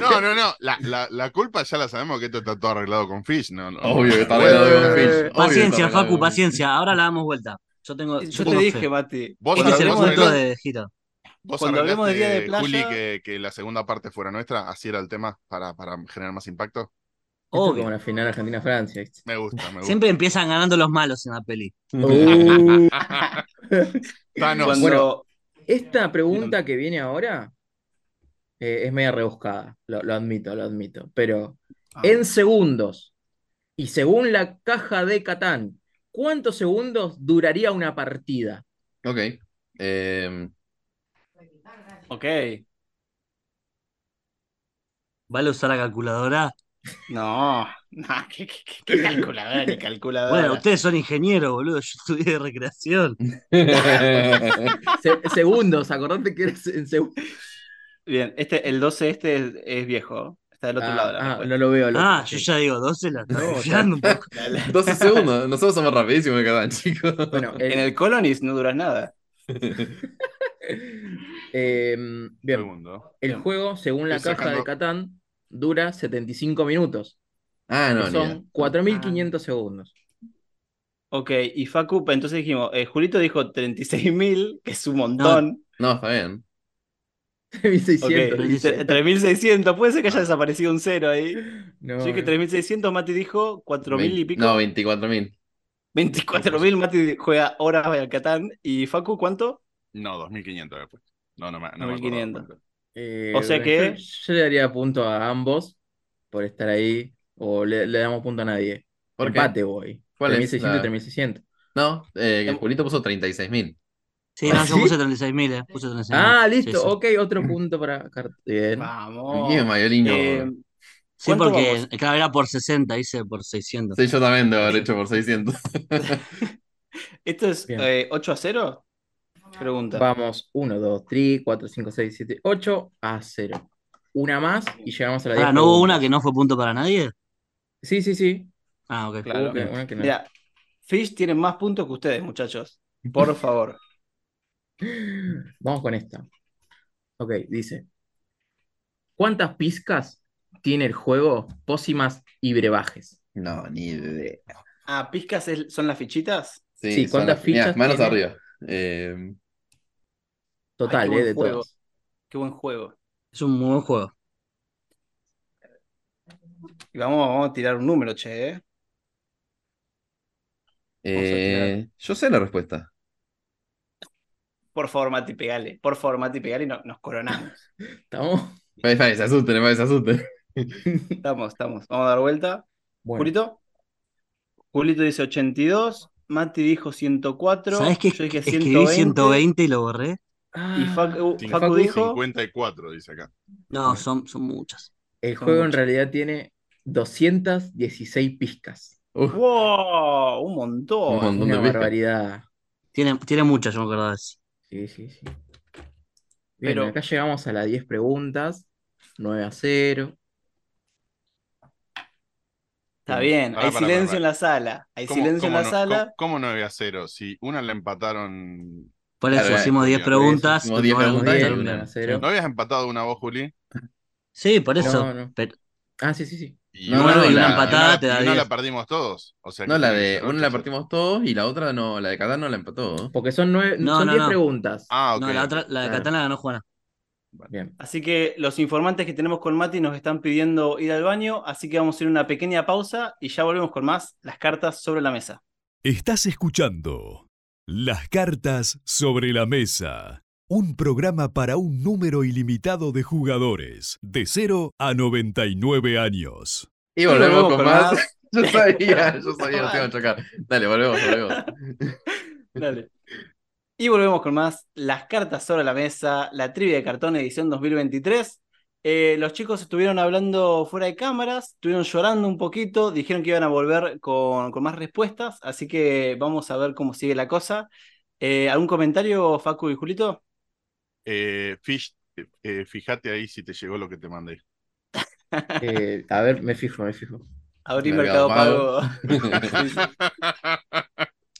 No, no, no. La, la, la culpa ya la sabemos que esto está todo arreglado con Fish. No, no,
Obvio que está
Bueno, eh,
arreglado con Fish. Obvio,
Paciencia,
está bueno.
Facu, paciencia. Ahora la damos vuelta. Yo tengo.
Yo te
tengo
dije,
fe.
Mati.
Vos
Este es el
Vos
momento
arreglás-
de Giro.
Vos
Cuando hablemos de Día de
arreglaste, Juli,
Playa-
que, que la segunda parte fuera nuestra, así era el tema para, para generar más impacto.
Esto es
Obvio.
como la final Argentina-Francia. ¿viste?
Me gusta, me gusta.
Siempre empiezan ganando los malos en la peli.
Uh.
Uh.
Thanos.
Cuando-
Bueno, Esta pregunta que viene ahora eh, es media rebuscada, lo, lo admito, lo admito. Pero
Ah.
Ah. en segundos, y según la caja de Catán, ¿cuántos segundos duraría una partida?
Ok. Eh,
Ok.
¿Vale a usar la calculadora?
No. No, ¿qué, qué- qué- qué calculadora ni calculadora.
Bueno, ustedes son ingenieros, boludo. Yo estudié de recreación.
Se- segundos, acordate que eres en segundos.
Bien, este, el 12 este es, es viejo. Está del otro lado. la
Ah, ah,
respuesta.
no lo veo. lo-
Ah,
sí.
yo ya digo, 12 la
No,
estaba
ya.
desviando un poco.
12 segundos. Nosotros somos rapidísimos de cada chicos.
Bueno,
En
el-
el Colonies no duras nada.
eh, bien,
Segundo.
el
Bien.
juego, según la
Estoy
caja de
sacando-
Catán, dura 75 minutos,
Ah,
que
no, ni idea.
son 4.500 segundos.
Ok, y Facu, entonces dijimos, eh, Julito dijo 36.000, que es un montón.
No, está bien.
1.600.
Ok,
dice.
3.600, puede ser que haya desaparecido un cero ahí.
No,
Yo dije
no. eh,
3.600, Mati dijo 4.000 y
Vein-
pico.
No, 24.000.
24.000, Mati juega horas al Catán. ¿Y Facu cuánto?
No, 2500 después. No, no me, no me
2500.
acordaba.
Eh,
O sea
bueno,
que-
Yo, yo le daría punto a ambos por estar ahí, o le, le damos punto a nadie.
¿Por qué?
Empate voy.
¿Cuál es
3600 y
la-
3600.
No, eh, que Julito puso 36.000.
Sí, no, yo
¿Sí?
puse 36.000, eh. Puse 36.000.
Ah, listo,
Sí, sí.
ok, otro punto para Cart- Bien.
Vamos.
Bien, Mayolino.
Eh,
Sí,
¿cuánto
porque
vamos?
claro, era por 60, hice por 600.
Sí, yo también debo haber hecho por 600.
¿Esto es
Bien.
eh, 8 a 0? Pregunta.
Vamos, 1, 2, 3, 4, 5, 6, 7, 8 a 0. Una más y llegamos a la 10.
Ahora, ¿no hubo
preguntas.
una que no fue punto para nadie?
Sí, sí, sí.
Ah, ok.
Claro.
Hubo que- una que no.
Mira, Fish tiene más puntos que ustedes, muchachos. Por favor.
Vamos con esta. Ok, dice. ¿Cuántas pizcas tiene el juego pócimas y brebajes?
No, ni idea.
Ah, ¿Piscas es- son las fichitas?
Sí,
Sí,
son
¿cuántas
las- mirá,
fichas
manos
tiene?
arriba. Eh,
Total,
Ay, qué
eh,
buen
de
juego.
todas.
Qué buen juego.
Es un muy buen juego.
Y vamos, vamos a tirar un número, che. ¿eh?
eh, yo sé la respuesta.
Por favor, Mati, pegale. Por favor, Mati, pegale y no- nos coronamos.
¿Estamos?
Vale, vale, se asusten, vale, se asusten.
Estamos, estamos. Vamos a dar vuelta.
Bueno,
Julito. Julito dice 82. Mati dijo 104.
¿Sabés que
Yo dije
escribí 120 y lo borré?
Y
Ah,
Facu,
Sin-
Facu dijo.
54, dice acá.
No, son, son muchas.
el
son
juego en
muchas.
realidad tiene 216 pizcas.
Uf,
¡Wow! Un montón.
Un montón. ¿Dónde
Una
viste?
barbaridad.
Tiene, tiene muchas, yo me acordaba de eso.
Sí, sí, sí. Bien,
Pero-
acá llegamos a las 10 preguntas. 9 a 0.
Está bien.
Pará,
Hay
pará,
silencio
pará.
en la sala. Hay
¿Cómo,
silencio en
cómo
la
no-
sala.
cómo- ¿Cómo 9 a 0? Si una la empataron.
Por eso
Claro,
hicimos
eh,
10
por eso
preguntas.
hicimos
y
10
todas las
preguntas y
preguntas
una
eran
a cero.
¿No habías empatado una vos, Juli?
Sí, por eso.
No, no.
Pero-
Ah, sí, sí, sí.
Y
No, no, y una
la-
empatada
y una-
te da
y una
10.
la perdimos todos. O sea,
no,
que
la
tiene que
de.
ser
Una
ocho,
la
ocho.
partimos todos y la otra no, la de Catán no la empató.
Porque son, nueve,
No,
son
no,
10
no.
preguntas.
Ah, ok.
No, la otra, la de
Ah.
Catán la ganó Juana.
Bien.
Así que los informantes que tenemos con Mati nos están pidiendo ir al baño. Así que vamos a ir a una pequeña pausa y ya volvemos con más las cartas sobre la mesa.
Estás escuchando Las cartas sobre la mesa, un programa para un número ilimitado de jugadores, de 0 a 99 años.
Y volvemos
Volvemos
con
con
más.
más.
Yo sabía, yo sabía, nos iban a chocar. Dale, volvemos, volvemos.
Dale. Y volvemos con más Las cartas sobre la mesa, la trivia de cartón edición 2023. Eh, los chicos estuvieron hablando fuera de cámaras, estuvieron llorando un poquito, dijeron que iban a volver con, con más respuestas, así que vamos a ver cómo sigue la cosa. Eh, ¿Algún comentario, Facu y Julito?
Eh, Fish, eh, fíjate ahí si te llegó lo que te mandé.
Eh, a ver, me fijo, me fijo.
Abrí Mercado,
Mercado
Pago.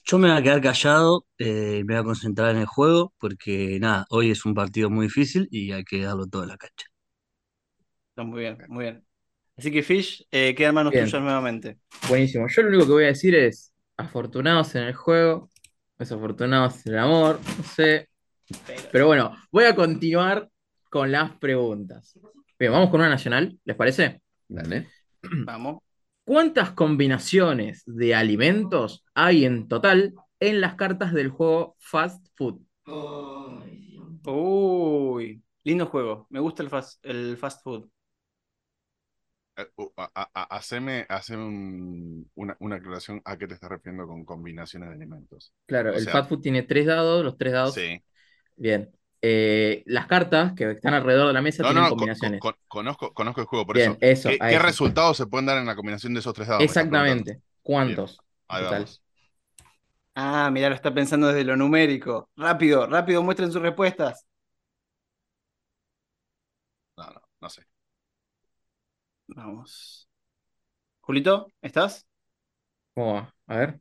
Yo me voy a quedar callado, eh, me voy a concentrar en el juego, porque nada, hoy es un partido muy difícil y hay que darlo todo en la cancha.
Está muy bien, muy bien. Así que Fish, eh, queda en manos
Bien.
tuyas nuevamente.
Buenísimo. Yo lo único que voy a decir es afortunados en el juego, desafortunados en el amor, no sé. Pero bueno, voy a continuar con las preguntas. Bien, vamos con una nacional, ¿les parece?
Dale.
Vamos.
¿Cuántas combinaciones de alimentos hay en total en las cartas del juego Fast Food?
Uy, lindo juego. Me gusta el fast, el fast food.
Eh, uh, a- a- a- Haceme, haceme un- una, una aclaración a qué te estás refiriendo con combinaciones de alimentos.
Claro,
O
el
sea-
Fast Food tiene tres dados, los tres dados.
Sí.
Bien. Eh, las cartas que están alrededor de la mesa
No,
tienen
no, no, con-
combinaciones.
con- conozco, conozco el juego, por
Bien, eso,
eso. ¿Qué,
a
qué
eso.
resultados se pueden dar en la combinación de esos tres dados? Me estás preguntando.
Exactamente. ¿Cuántos?
Ahí
Total.
vamos.
Ah, mirá, lo está pensando desde lo numérico. Rápido, rápido, muestren sus respuestas.
No, no, no sé.
Vamos. Julito, ¿estás?
¿Cómo va? A ver.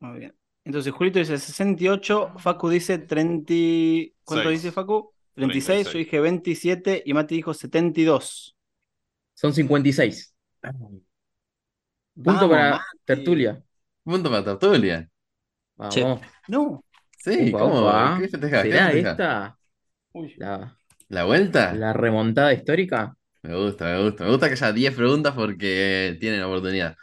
Muy bien. Entonces, Julito dice 68, Facu dice 30. y- ¿Cuánto
Seis.
dice Facu? 36, yo
36.
dije 27 y Mati dijo 72.
Son 56. Punto
Vamos,
para
Mati.
Tertulia.
Punto para Tertulia.
Vamos.
Che,
No.
Sí,
Upa,
¿cómo?
upa.
¿Qué festejas? ¿Qué
¿Será
festejas?
esta
Uy.
la,
¿La vuelta?
la remontada histórica?
Me gusta, me gusta. Me gusta que haya 10 preguntas porque tienen oportunidad.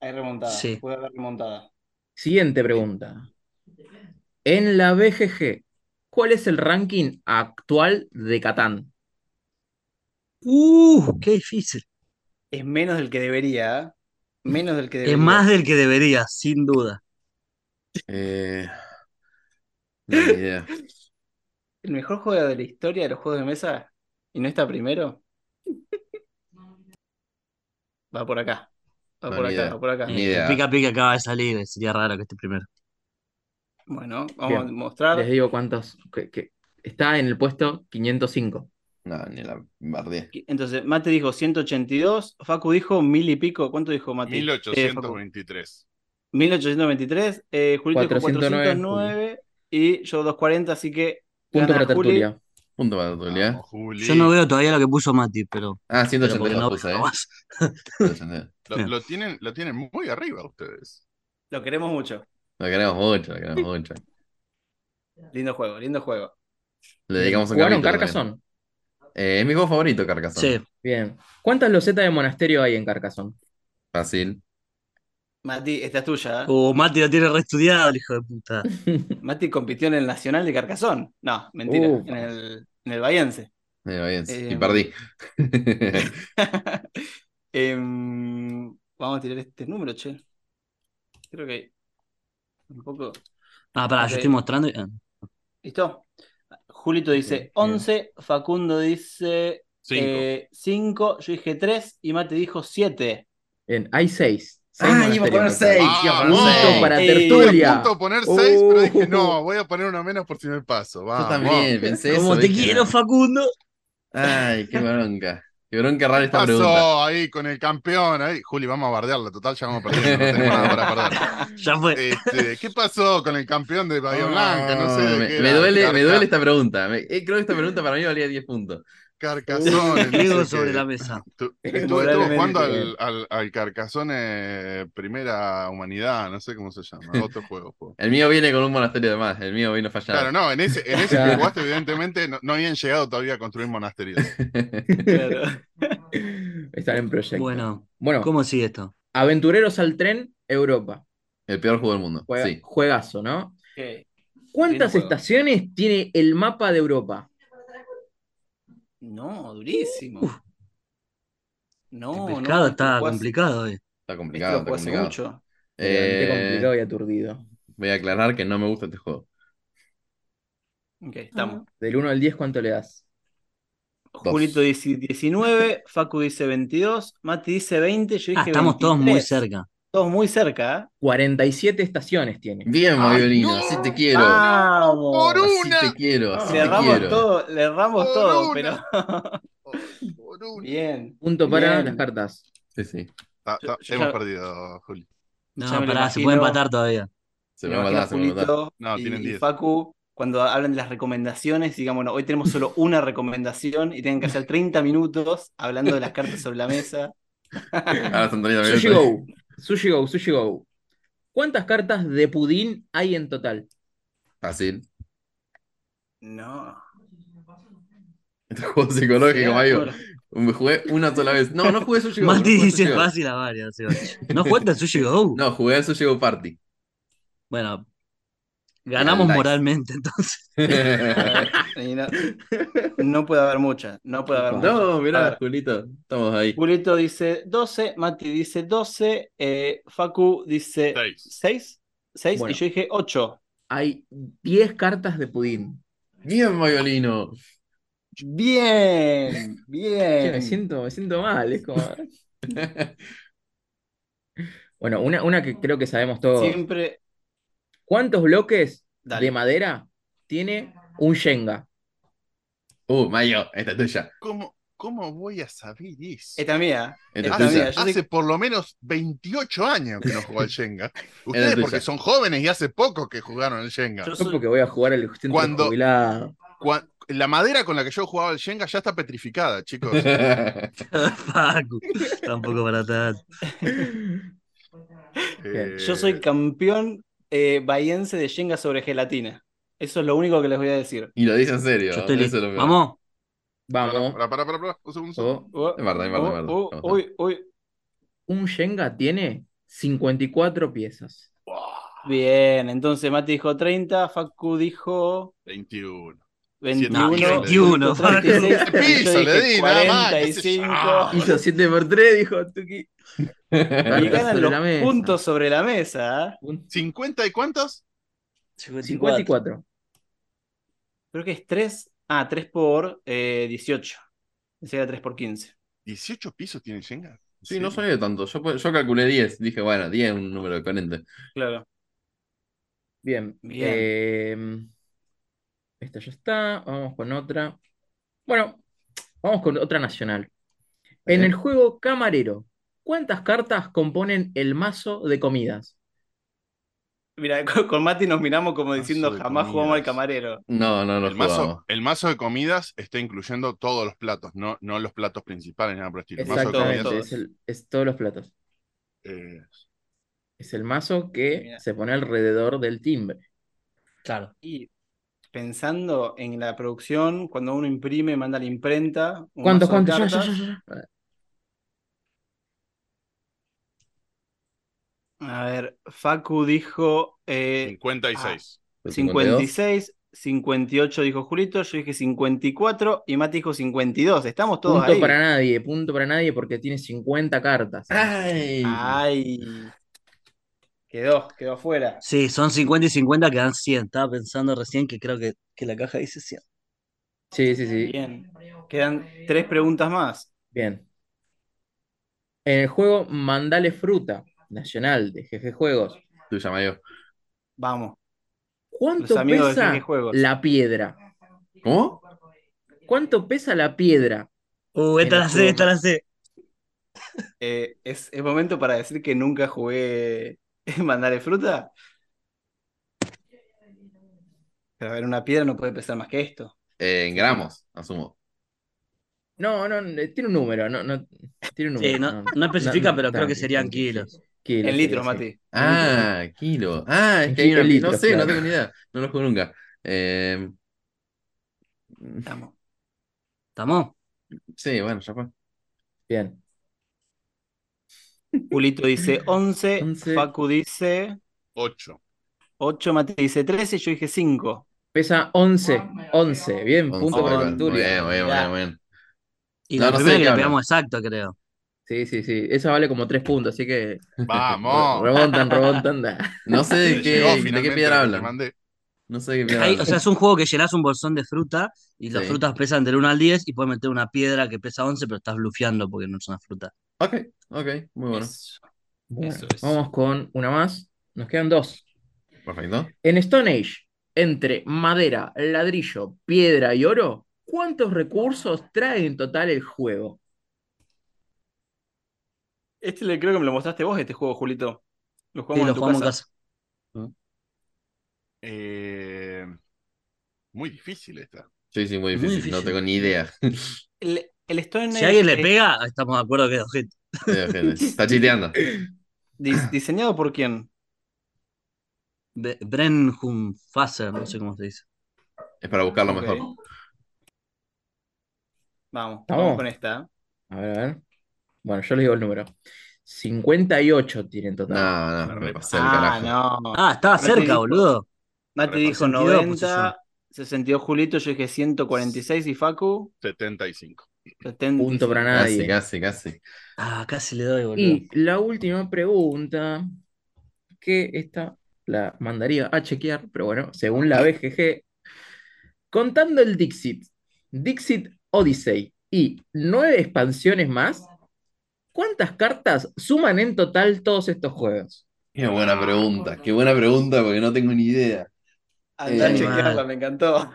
Hay remontada.
Sí.
Puede haber remontada.
Siguiente pregunta. En la BGG, ¿cuál es el ranking actual de Catán?
uh, qué difícil.
Es menos del que debería. ¿eh? Menos del que
Es
debería.
más del que debería, sin duda.
Eh, no, ni idea.
El mejor juego de la historia de los juegos de mesa y no está primero. Va por acá. Va
No,
por
ni
acá,
idea.
va por acá.
Ni
Eh,
idea.
Pica Pica acaba de salir, sería raro que esté primero.
Bueno, vamos
Bien.
a mostrar.
Les digo cuántos. que- que- está en el puesto 505.
No, ni la bardé.
Entonces, Mate dijo 182, Facu dijo mil y pico. ¿Cuánto dijo Mate?
eh,
1823.
1823, eh, Julito dijo
409,
409 y yo 240, así que
Punto
Gana
para
Juli.
Tertulia.
Punto para Tertulia.
Vamos, Juli.
Yo no veo todavía lo que puso Mati, pero,
Ah,
pero porque
182
no
puse,
veo
¿eh?
más.
182.
Lo, lo tienen, lo tienen muy arriba ustedes.
lo queremos mucho.
Lo queremos mucho, lo queremos mucho.
Lindo juego, lindo juego.
Le dedicamos un
¿Jugaron
capítulo también.
Carcassonne?
Eh, es mi juego favorito, Carcassonne.
Sí,
Bien. ¿Cuántas losetas de monasterio hay en Carcassonne?
Fácil.
Mati, esta es tuya. ¿eh?
o Mati lo tiene reestudiado, el hijo de puta.
Mati compitió en el Nacional de Carcasón. No, mentira,
Ufa.
en el, en el Bahiense.
Me va bien.
Eh,
y perdí.
Em, vamos a tirar este número, che. Creo que un poco.
Ah, pará,
Ok.
yo estoy mostrando. y- ah,
¿Listo? Julito
Bien,
dice 11, Facundo dice
5.
5, yo dije 3 y Mate dijo 7.
Bien, hay seis. Seis
ah, iba a
monasterios
poner
en
6. Iba
Carcassonne.
a poner seis. Eh,
Ah,
Punto para
Ey.
Estuve
Tertulia.
a punto de poner 6, pero dije,
Uh.
no, voy a poner una menos por si me paso.
Yo
Vamos.
también pensé
Como
eso,
te
¿viste?
quiero, Facundo.
Ay, qué bronca. Qué bronca rara
¿Qué
esta
pasó
pregunta.
ahí con el campeón? Ahí? Juli, vamos a bardearla, total, ya vamos perdiendo, no tenemos nada para perder.
Ya fue.
Este, ¿Qué pasó con el campeón de Bahía Blanca? No sé. de
Ah, me,
qué
me
era.
duele, me
Carca-
duele esta pregunta. Me- eh, creo que esta pregunta para mí valía 10 puntos.
Carcassonne. no
Diego
sé
sobre
qué.
la mesa.
Tu-
Eh,
Estuve, estuve
moralmente.
jugando al, al, al Carcassonne Primera Humanidad, no sé cómo se llama, otro juego. po.
El mío viene con un monasterio de más. El mío vino fallado.
Claro, no, en ese, en ese que
Claro.
jugaste, evidentemente, no, no habían llegado todavía a construir monasterios.
Claro.
Están en proyecto.
Bueno,
Bueno,
¿cómo sigue esto?
Aventureros al Tren, Europa.
El peor juego del mundo.
Juega-
Sí.
Juegazo, ¿no?
Ok.
¿Cuántas
juego.
estaciones tiene el mapa de Europa?
No, durísimo. No,
Uh. el
no,
pescado
este
está
lo jugás-
complicado hoy.
Está
este lo
complicado, está
jugás hace
complicado.
mucho.
Me levanté
Eh,
complicado y aturdido.
Voy a aclarar que no me gusta este juego.
Ah.
Ok, estamos.
Del 1 al 10, ¿cuánto le das?
Julito dice 19, Facu dice 22, Mati dice 20, yo dije
Ah, estamos todos muy
23.
cerca.
Todos muy cerca, ¿eh?
47 estaciones tiene.
Bien, Mariolina,
no.
así te quiero.
¡Vamos!
Ah, Por
así
una.
te quiero, así
Le
te
erramos
quiero.
todo, le erramos
Por
todo,
una.
pero
Por un-
bien.
Punto para
Bien.
las cartas.
Sí, sí.
Ta-
Yo-
ta-
yo
hemos
ya-
perdido, Juli.
No,
Ya me lo
pará, se
imagino.
puede empatar todavía.
Se
Me
me va a
imagino
matar, se me va a matar.
Julito
No,
y,
tienen
y
10.
Facu cuando hablan de las recomendaciones, digan, bueno, hoy tenemos solo una recomendación y tienen que hacer 30 minutos hablando de las cartas sobre la mesa.
Ahora están teniendo
Sushi
abierto.
Go. Sushi Go, Sushi Go. ¿Cuántas cartas de pudín hay en total?
Fácil.
No.
Este juego psicológico,
Sea,
Mario.
bueno,
Me jugué una sola vez. No, no jugué Sushi Go. no
Mati
jugué Sushi
dice
Go.
fácil a varios. se va. ¿No cuenta el Sushi Go?
No, jugué a Sushi Go Party.
Bueno, ganamos
Nice.
moralmente entonces.
y no, no puede haber mucha, no puede haber mucha.
no,
A
mirá,
ver.
Julito. Estamos ahí.
Julito dice 12, Mati dice 12, eh, Facu dice
Seis.
6, 6
Bueno.
y yo dije 8.
Hay 10 cartas de pudín.
Bien, Mariolino.
Bien,
Che, me,
bien.
siento, me siento mal. Es como... bueno, una, una que creo que sabemos todos.
Siempre,
¿Cuántos bloques
Dale.
de madera tiene un Shenga?
Uh, Mayo, esta es tuya.
¿Cómo, ¿Cómo voy a saber eso?
esta mía.
Esta es
Esta
tuya.
mía, yo
hace
sé-
por lo menos 28 años que no jugó al Shenga. Ustedes
tuya.
porque son jóvenes y hace poco que jugaron al Shenga.
Yo
No
soy-
porque voy a jugar al centro
Cuando-
jubilado.
Cua- La madera con la que yo jugaba al Shenga ya está petrificada, chicos.
Facu, tampoco para tanto.
Eh,
Yo soy campeón eh, bahiense de Shenga sobre gelatina. Eso es lo único que les voy a decir.
Y lo dice en serio.
Yo estoy
eso
listo.
es lo peor.
Vamos.
Ah,
Vamos.
Pará, pará, pará, pará, un segundo.
Oh.
Oh,
Es verdad, es verdad, es
oh,
verdad.
oh,
Vamos a ver.
uy, uy.
Un Shenga tiene 54 piezas.
Bien, entonces Mati dijo 30, Facu dijo
21.
21.
No,
Uno,
21,
Facu.
Facu.
Yo
Piso,
dije
le di, nada más, qué sé yo. Ah.
45.
Hizo 7 por 3, dijo Tuki.
Y ganan
Sobre
los
la mesa.
puntos sobre la mesa. ¿eh?
¿50 y cuántos?
54.
Creo que es 3. Ah, 3 por eh, 18. Ese era 3 por 15.
¿18 pisos tiene el Shenga?
Sí, no soy de tanto. Yo, pu- yo calculé 10. Dije, bueno, 10 es un número diferente.
Claro.
Bien.
Bien.
Eh, esta ya está. Vamos con otra. Bueno, vamos con otra nacional. En
Bien.
el juego Camarero, ¿cuántas cartas componen el mazo de comidas?
Mira, con, con Mati nos miramos como diciendo
de
jamás jugamos
comidas.
al camarero.
No, no, no
El mazo,
jugamos.
el mazo de comidas está incluyendo todos los platos, no, no los platos principales, nada por el estilo. El mazo de
Exactamente,
comidas,
todos.
es, el- es todos los platos.
eh,
Es el mazo que
Mira.
se pone alrededor del timbre.
Claro.
Y pensando en la producción, cuando uno imprime, manda a la imprenta. un
¿Cuántos,
mazo de
cuántos? Ya, ya,
cartas.
ya, ya.
A ver, Facu dijo eh,
56.
¿El 52?
56, 58 dijo Julito, yo dije 54 y Mati dijo 52. Estamos todos
Punto
ahí.
para nadie, punto para nadie porque tiene 50 cartas.
Ah,
¡Ay!
Ay. Quedó, quedó fuera.
Sí, son 50 y 50, quedan 100. Estaba pensando recién que creo que, que la caja dice 100.
Sí, sí, sí.
Bien. Quedan tres preguntas más.
Bien. En el juego Mandale Fruta, nacional de GG Juegos,
Tuya, Mayo.
Vamos.
¿cuánto
Los amigos de
pesa
GG Juegos.
la piedra?
¿Cómo?
¿Cuánto pesa la piedra?
Uh, esta
En
la
el
sé, esta
juego.
la sé.
Eh, ¿es, es momento para decir que nunca jugué Mandale Fruta? Pero a ver, una piedra no puede pesar más que esto.
Eh, en gramos, asumo.
No, no, eh, tiene un número, no, no, tiene un
Sí,
número.
no, no especifica, pero creo que serían kilos.
en
Kilos, sería,
litros,
sí.
Mati.
Ah, kilo. Ah, es que hay
Kilo,
una- No
litros,
sé, no
claro.
tengo ni idea. No lo juego nunca. Eh,
Vamos.
¿Estamos?
sí, bueno, ya fue.
Bien.
Julito dice 11,
Once.
Facu dice
8.
8, Mati dice 13, yo dije 5.
Pesa 11, 11, bien, punto
Once,
para
bueno, muy
Venturia.
bien, muy bien, muy bien, muy bien.
Y
No,
la
no sé de
primera
qué
que le
hablan.
pegamos exacto, creo.
Sí, sí, sí. Esa vale como tres puntos, así que
¡Vamos!
rebondan, rebondan. da.
No sé de
Llegó
qué, de
finalmente
qué
lo
piedra
que te
hablan.
mandé.
No sé de qué piedra
Ahí, o
hablan.
sea, es un juego que llenás un bolsón de fruta y las
Sí.
frutas pesan del 1 al 10 y puedes meter una piedra que pesa 11, pero estás blufeando porque no es una fruta.
Ok, ok, muy bueno.
Eso.
Bueno,
Eso es.
vamos con una más. Nos quedan dos.
Perfecto.
En Stone Age, entre madera, ladrillo, piedra y oro, ¿cuántos recursos trae en total el juego?
Este le creo que me lo mostraste vos, este juego, Julito. Lo
Sí,
jugamos
lo
en tu
jugamos en
casa.
casa.
Eh, muy difícil esta.
Sí, sí, muy
Muy
difícil. No
difícil.
tengo ni idea.
El, el Stone
Si
Age
alguien le
es
pega, estamos de acuerdo que es objeto.
Está chiteando.
dis- diseñado por quién?
Be- Brenhum Fasser, no sé cómo se dice.
Es para buscarlo
Ok.
mejor.
Vamos,
Vamos.
vamos con esta.
A ver, a ver. Bueno, yo les digo el número. 58 tiene en total.
No, no,
Claro.
me pasé el
Ah,
carajo.
no.
Ah, estaba
Pero te
cerca,
dijo-
boludo.
Mati dijo
62
90, 62 Julito, yo dije 146 y Facu
75.
70.
Punto para
Casi,
nadie.
casi, casi.
Ah, casi le doy, boludo.
Y la última pregunta, que esta la mandaría a chequear, pero bueno, según la BGG, contando el Dixit, Dixit Odyssey y nueve expansiones más, ¿cuántas cartas suman en total todos estos juegos?
Qué buena pregunta, qué buena pregunta porque no tengo ni idea.
Andá a
Eh,
chequearla,
mal.
me encantó.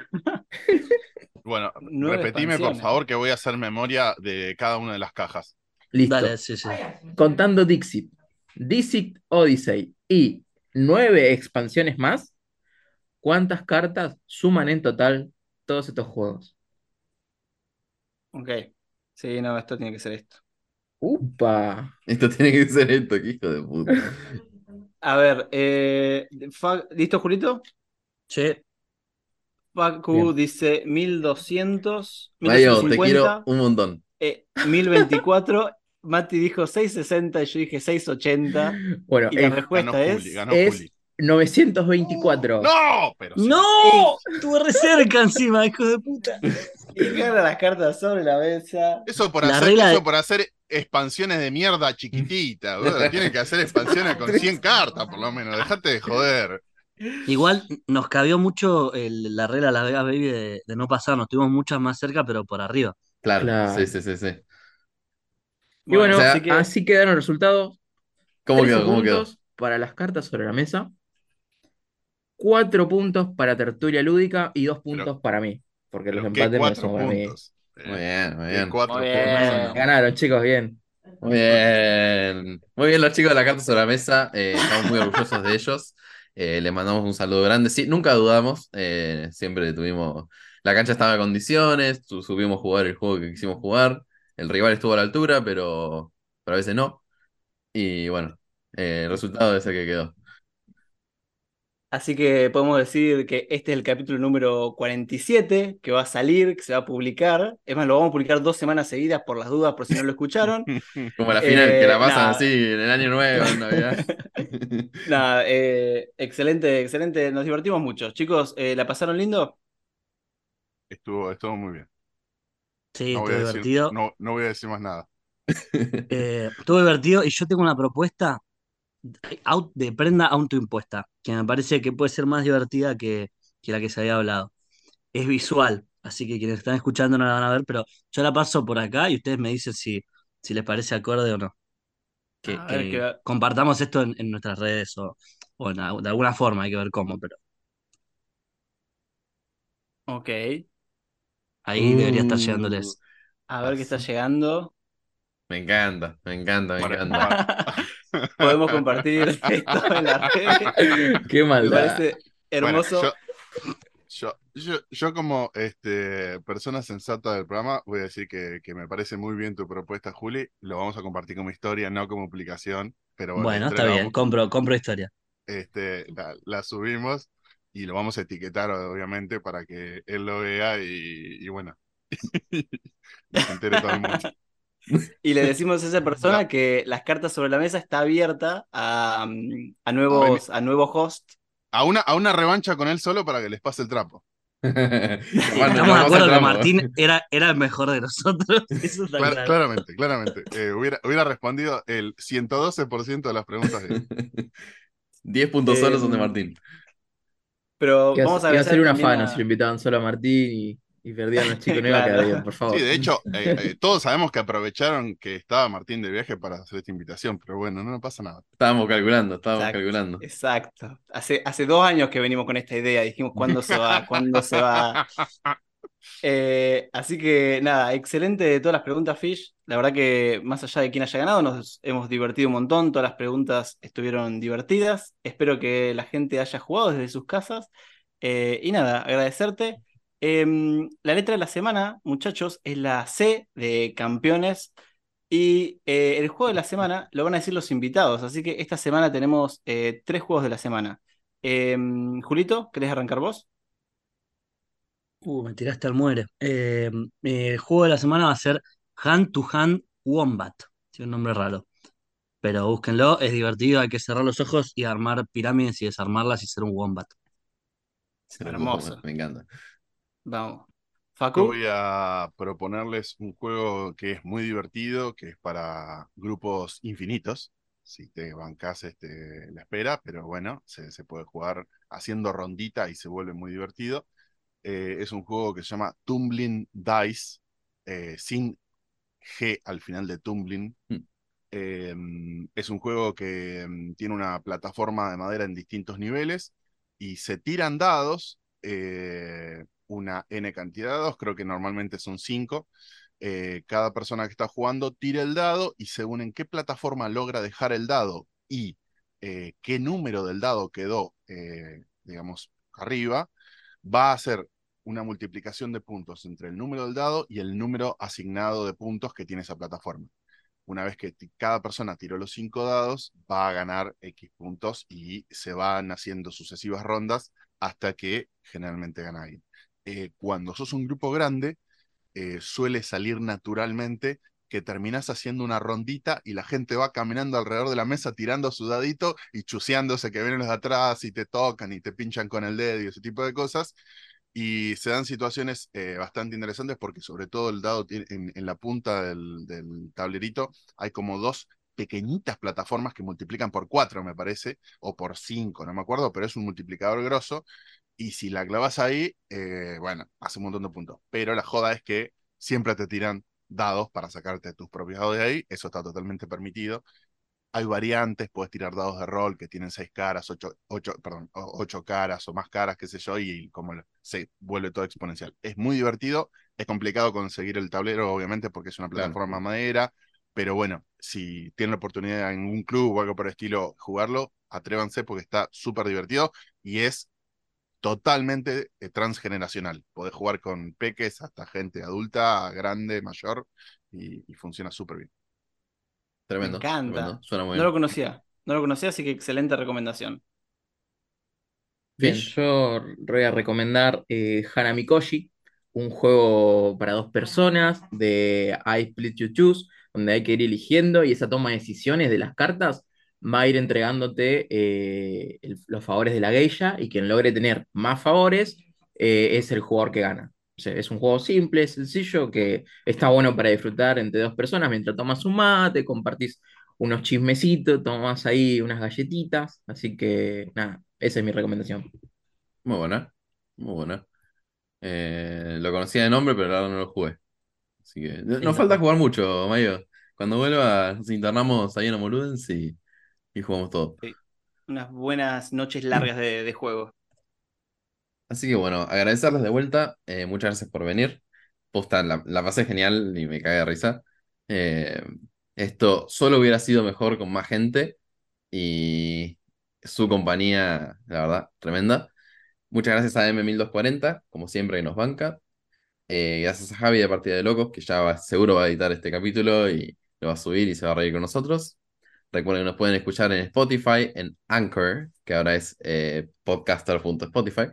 Bueno,
Nueve
repetime por
expansiones.
favor que voy a hacer memoria de cada una de las cajas.
Listo.
Dale, sí, sí.
Contando Dixit, Dixit Odyssey y nueve expansiones más, ¿cuántas cartas suman en total todos estos juegos?
Ok. Sí, no, esto tiene que ser esto.
¡Upa!
Esto tiene que ser esto, qué hijo de puta.
A ver, eh, Fa- ¿listo, Julito?
Che,
Facu
Bien.
dice 1200,
Mayo, te
1250,
quiero un montón.
eh, 1024. Mati dijo 660 y yo dije 680.
Bueno,
Y la
es
Ganó
respuesta
Juli,
es.
ganó
es-
Juli.
924.
¡No! Pero sí.
¡No! Estuve re cerca encima, hijo de puta.
Y gana las cartas sobre la mesa.
Eso por,
La
hacer,
regla
eso
de-
por hacer expansiones de mierda chiquitita, boludo. Tienen que hacer expansiones con 100 cartas, por lo menos. Dejate de joder.
Igual nos cabió mucho el- la regla de Las Vegas Baby de, de no pasar. Nos tuvimos muchas más cerca, pero por arriba.
Claro,
Claro.
sí, sí, sí, sí.
Y bueno,
O sea,
así, que- así quedaron los resultados.
¿Cómo
13
quedó? ¿Cómo quedó?
puntos para las cartas sobre la mesa. 4 puntos para tertulia lúdica y 2 puntos para mí. Porque los
Pero qué
empates no
cuatro
son para mí.
puntos. Eh,
Muy bien, muy
qué
bien.
cuatro
Muy
puntos.
bien.
Ganaron, chicos, bien.
Muy bien. Muy bien, los chicos de la Carta sobre la Mesa. eh, estamos muy orgullosos de ellos. Eh, les mandamos un saludo grande. Sí, nunca dudamos. eh, siempre tuvimos. La cancha estaba en condiciones. su- Supimos jugar el juego que quisimos jugar. El rival estuvo a la altura, pero, pero a veces no. Y bueno, eh, el resultado es el que quedó.
Así que podemos decir que este es el capítulo número 47, que va a salir, que se va a publicar. Es más, lo vamos a publicar dos semanas seguidas por las dudas, por si no lo escucharon.
Como la final,
Eh,
que la pasan
nada.
así en el año nuevo, en Navidad.
Nada, eh, excelente, excelente. Nos divertimos mucho. Chicos, eh, ¿la pasaron lindo?
Estuvo, estuvo muy bien.
Sí,
No voy,
estuvo
a decir,
divertido.
no, no voy a decir más nada.
Eh, estuvo divertido y yo tengo una propuesta au- de prenda autoimpuesta, que me parece que puede ser más divertida que, que la que se había hablado. Es visual, así que quienes están escuchando no la van a ver, pero yo la paso por acá y ustedes me dicen si, si les parece acorde o no. Que,
A ver,
que
que-
compartamos esto en, en nuestras redes o, o en al- de alguna forma, hay que ver cómo, pero
Ok.
ahí debería estar llegándoles.
A ver qué está llegando.
Me encanta, me encanta, me
Bueno,
encanta.
Podemos compartir esto en las redes.
Qué
Me
maldad.
parece
Bueno,
hermoso.
yo, yo, yo, yo como este, persona sensata del programa voy a decir que, que me parece muy bien tu propuesta, Juli. Lo vamos a compartir como historia, no como publicación. Pero bueno,
Bueno, está
entre la
bien, compro, compro historia.
este, la, la subimos y lo vamos a etiquetar, obviamente, para que él lo vea y, y bueno, y se entere todo el mundo.
Y le decimos a esa persona que las cartas sobre la mesa está abierta a, mm, a nuevos, a nuevos hosts.
A una, a una revancha con él solo para que les pase el trapo.
Estamos de acuerdo que Martín era, era el mejor de nosotros. Eso está
Cla-
claro.
Claramente, claramente. Eh, hubiera, hubiera respondido el 112% de las preguntas. de-
10 puntos solo son de
Eh,
Martín.
Pero
Iba
vamos a
iba
ver.
ser una fana si lo invitaban solo a Martín y, y perdían a Chico Neva cada
Claro.
día, por favor.
Sí, de hecho, eh, eh, todos sabemos que aprovecharon que estaba Martín de viaje para hacer esta invitación, pero bueno, no, no pasa nada.
Estábamos calculando, estábamos
Exacto.
calculando.
Exacto. Hace, hace dos años que venimos con esta idea. Dijimos cuándo se va, cuándo se va. Eh, así que nada, excelente de todas las preguntas, Fish. La verdad que más allá de quién haya ganado, nos hemos divertido un montón. Todas las preguntas estuvieron divertidas. Espero que la gente haya jugado desde sus casas. Eh, y nada, agradecerte. Em, la letra de la semana, muchachos, es la C de campeones. Y eh, el juego de la semana lo van a decir los invitados, así que esta semana tenemos eh, tres juegos de la semana. Em, Julito, ¿querés arrancar vos?
Uh, me tiraste al muere. Eh, el juego de la semana va a ser Hand to Hand Wombat. Tiene un nombre raro. Pero búsquenlo, es divertido, hay que cerrar los ojos y armar pirámides y desarmarlas y ser un wombat.
Hermoso.
Me encanta.
Vamos. Facu,
Voy a proponerles un juego que es muy divertido, que es para grupos infinitos. Si te bancas este, la espera, pero bueno, se, se puede jugar haciendo rondita y se vuelve muy divertido. Eh, es un juego que se llama Tumbling Dice, eh, sin G al final de Tumbling.
Mm.
Eh, es un juego que mm, tiene una plataforma de madera en distintos niveles y se tiran dados. eh, una N cantidad de dados, creo que normalmente son cinco. Eh, cada persona que está jugando tira el dado y según en qué plataforma logra dejar el dado y eh, qué número del dado quedó, eh, digamos, arriba, va a hacer una multiplicación de puntos entre el número del dado y el número asignado de puntos que tiene esa plataforma. Una vez que ti- cada persona tiró los cinco dados, va a ganar X puntos y se van haciendo sucesivas rondas hasta que generalmente gana alguien eh, cuando sos un grupo grande, eh, suele salir naturalmente que terminás haciendo una rondita y la gente va caminando alrededor de la mesa tirando su dadito y chuseándose que vienen los de atrás y te tocan y te pinchan con el dedo y ese tipo de cosas. Y se dan situaciones eh, bastante interesantes porque sobre todo el dado tiene- en, en la punta del, del tablerito hay como dos pequeñitas plataformas que multiplican por cuatro, me parece, o por cinco, no me acuerdo, pero es un multiplicador grosso. Y si la clavas ahí, eh, bueno, hace un montón de puntos. Pero la joda es que siempre te tiran dados para sacarte tus propios dados de ahí. Eso está totalmente permitido. Hay variantes, puedes tirar dados de rol que tienen seis caras, ocho, ocho, perdón, o- ocho caras o más caras, qué sé yo, y como lo- se vuelve todo exponencial. Es muy divertido, es complicado conseguir el tablero, obviamente, porque es una
Claro.
plataforma madera, pero bueno, si tienen la oportunidad en un club o algo por el estilo jugarlo, atrévanse porque está súper divertido y es totalmente eh, transgeneracional. Podés jugar con peques hasta gente adulta, grande, mayor, y, y funciona súper bien.
Tremendo.
encanta.
tremendo. Suena muy
no lo
bien.
conocía. No lo conocía, así que excelente recomendación.
Bien,
Fish.
yo voy a recomendar eh, Hanamikoshi, un juego para dos personas de I Split You Choose, donde hay que ir eligiendo y esa toma de decisiones de las cartas va a ir entregándote eh, el- los favores de la geisha y quien logre tener más favores eh, es el jugador que gana. O sea, es un juego simple, sencillo, que está bueno para disfrutar entre dos personas mientras tomas un mate, compartís unos chismecitos, tomás ahí unas galletitas. Así que nada, esa es mi recomendación.
Muy buena. Muy buena. Eh, lo conocía de nombre, pero la verdad no lo jugué. Así que no- nos
Exacto.
falta jugar mucho, Mayo. Cuando vuelva, nos internamos ahí en Amoludens y, y jugamos todo.
Unas buenas noches largas de, de juego.
Así que bueno, agradecerles de vuelta. eh, muchas gracias por venir. Posta, la, la pasé genial y me cagué de risa. Eh, esto solo hubiera sido mejor con más gente y su compañía, la verdad, tremenda. Muchas gracias a M1240, como siempre, que nos banca. Eh, gracias a Javi de Partida de Locos, que ya va- seguro va a editar este capítulo y lo va a subir y se va a reír con nosotros. Recuerden que nos pueden escuchar en Spotify, en Anchor, que ahora es eh, podcaster.spotify.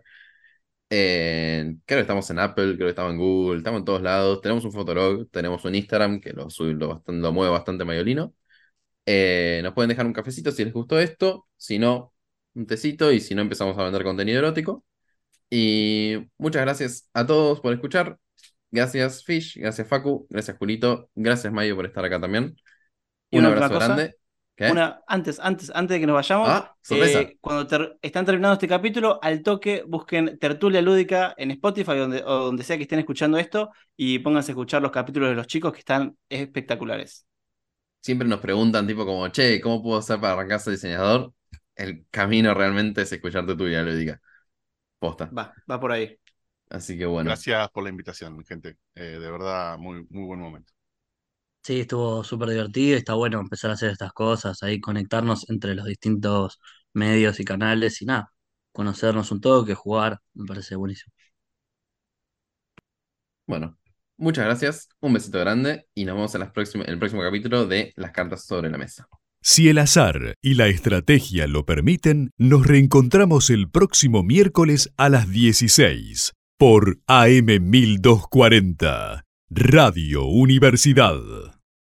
En- creo que estamos en Apple, creo que estamos en Google, estamos en todos lados. Tenemos un Fotolog, tenemos un Instagram que lo, sube- lo, bastan- lo mueve bastante Mayolino. Eh, nos pueden dejar un cafecito si les gustó esto, si no, un tecito y si no empezamos a vender contenido erótico. Y muchas gracias a todos por escuchar. Gracias Fish, gracias Facu, gracias Julito, gracias Mayo por estar acá también.
Y
Un
una última
abrazo
cosa.
grande. ¿Qué?
Una, antes, antes, antes de que nos vayamos,
Ah, sorpresa.
eh, cuando ter- están terminando este capítulo, al toque busquen Tertulia Lúdica en Spotify donde, o donde sea que estén escuchando esto y pónganse a escuchar los capítulos de los chicos que están espectaculares.
Siempre nos preguntan tipo como, che, ¿cómo puedo hacer para arrancarse diseñador? El camino realmente es escucharte tu vida lúdica. Posta.
Va, va por ahí.
Así que bueno.
Gracias por la invitación, gente. Eh, de verdad, muy, muy buen momento.
Sí, estuvo súper divertido, está bueno empezar a hacer estas cosas, ahí conectarnos entre los distintos medios y canales y nada, conocernos un toque, jugar, me parece buenísimo.
Bueno, muchas gracias, un besito grande y nos vemos en, las próxima- en el próximo capítulo de Las cartas sobre la mesa.
Si el azar y la estrategia lo permiten, nos reencontramos el próximo miércoles a las 16 por AM 1240, Radio Universidad.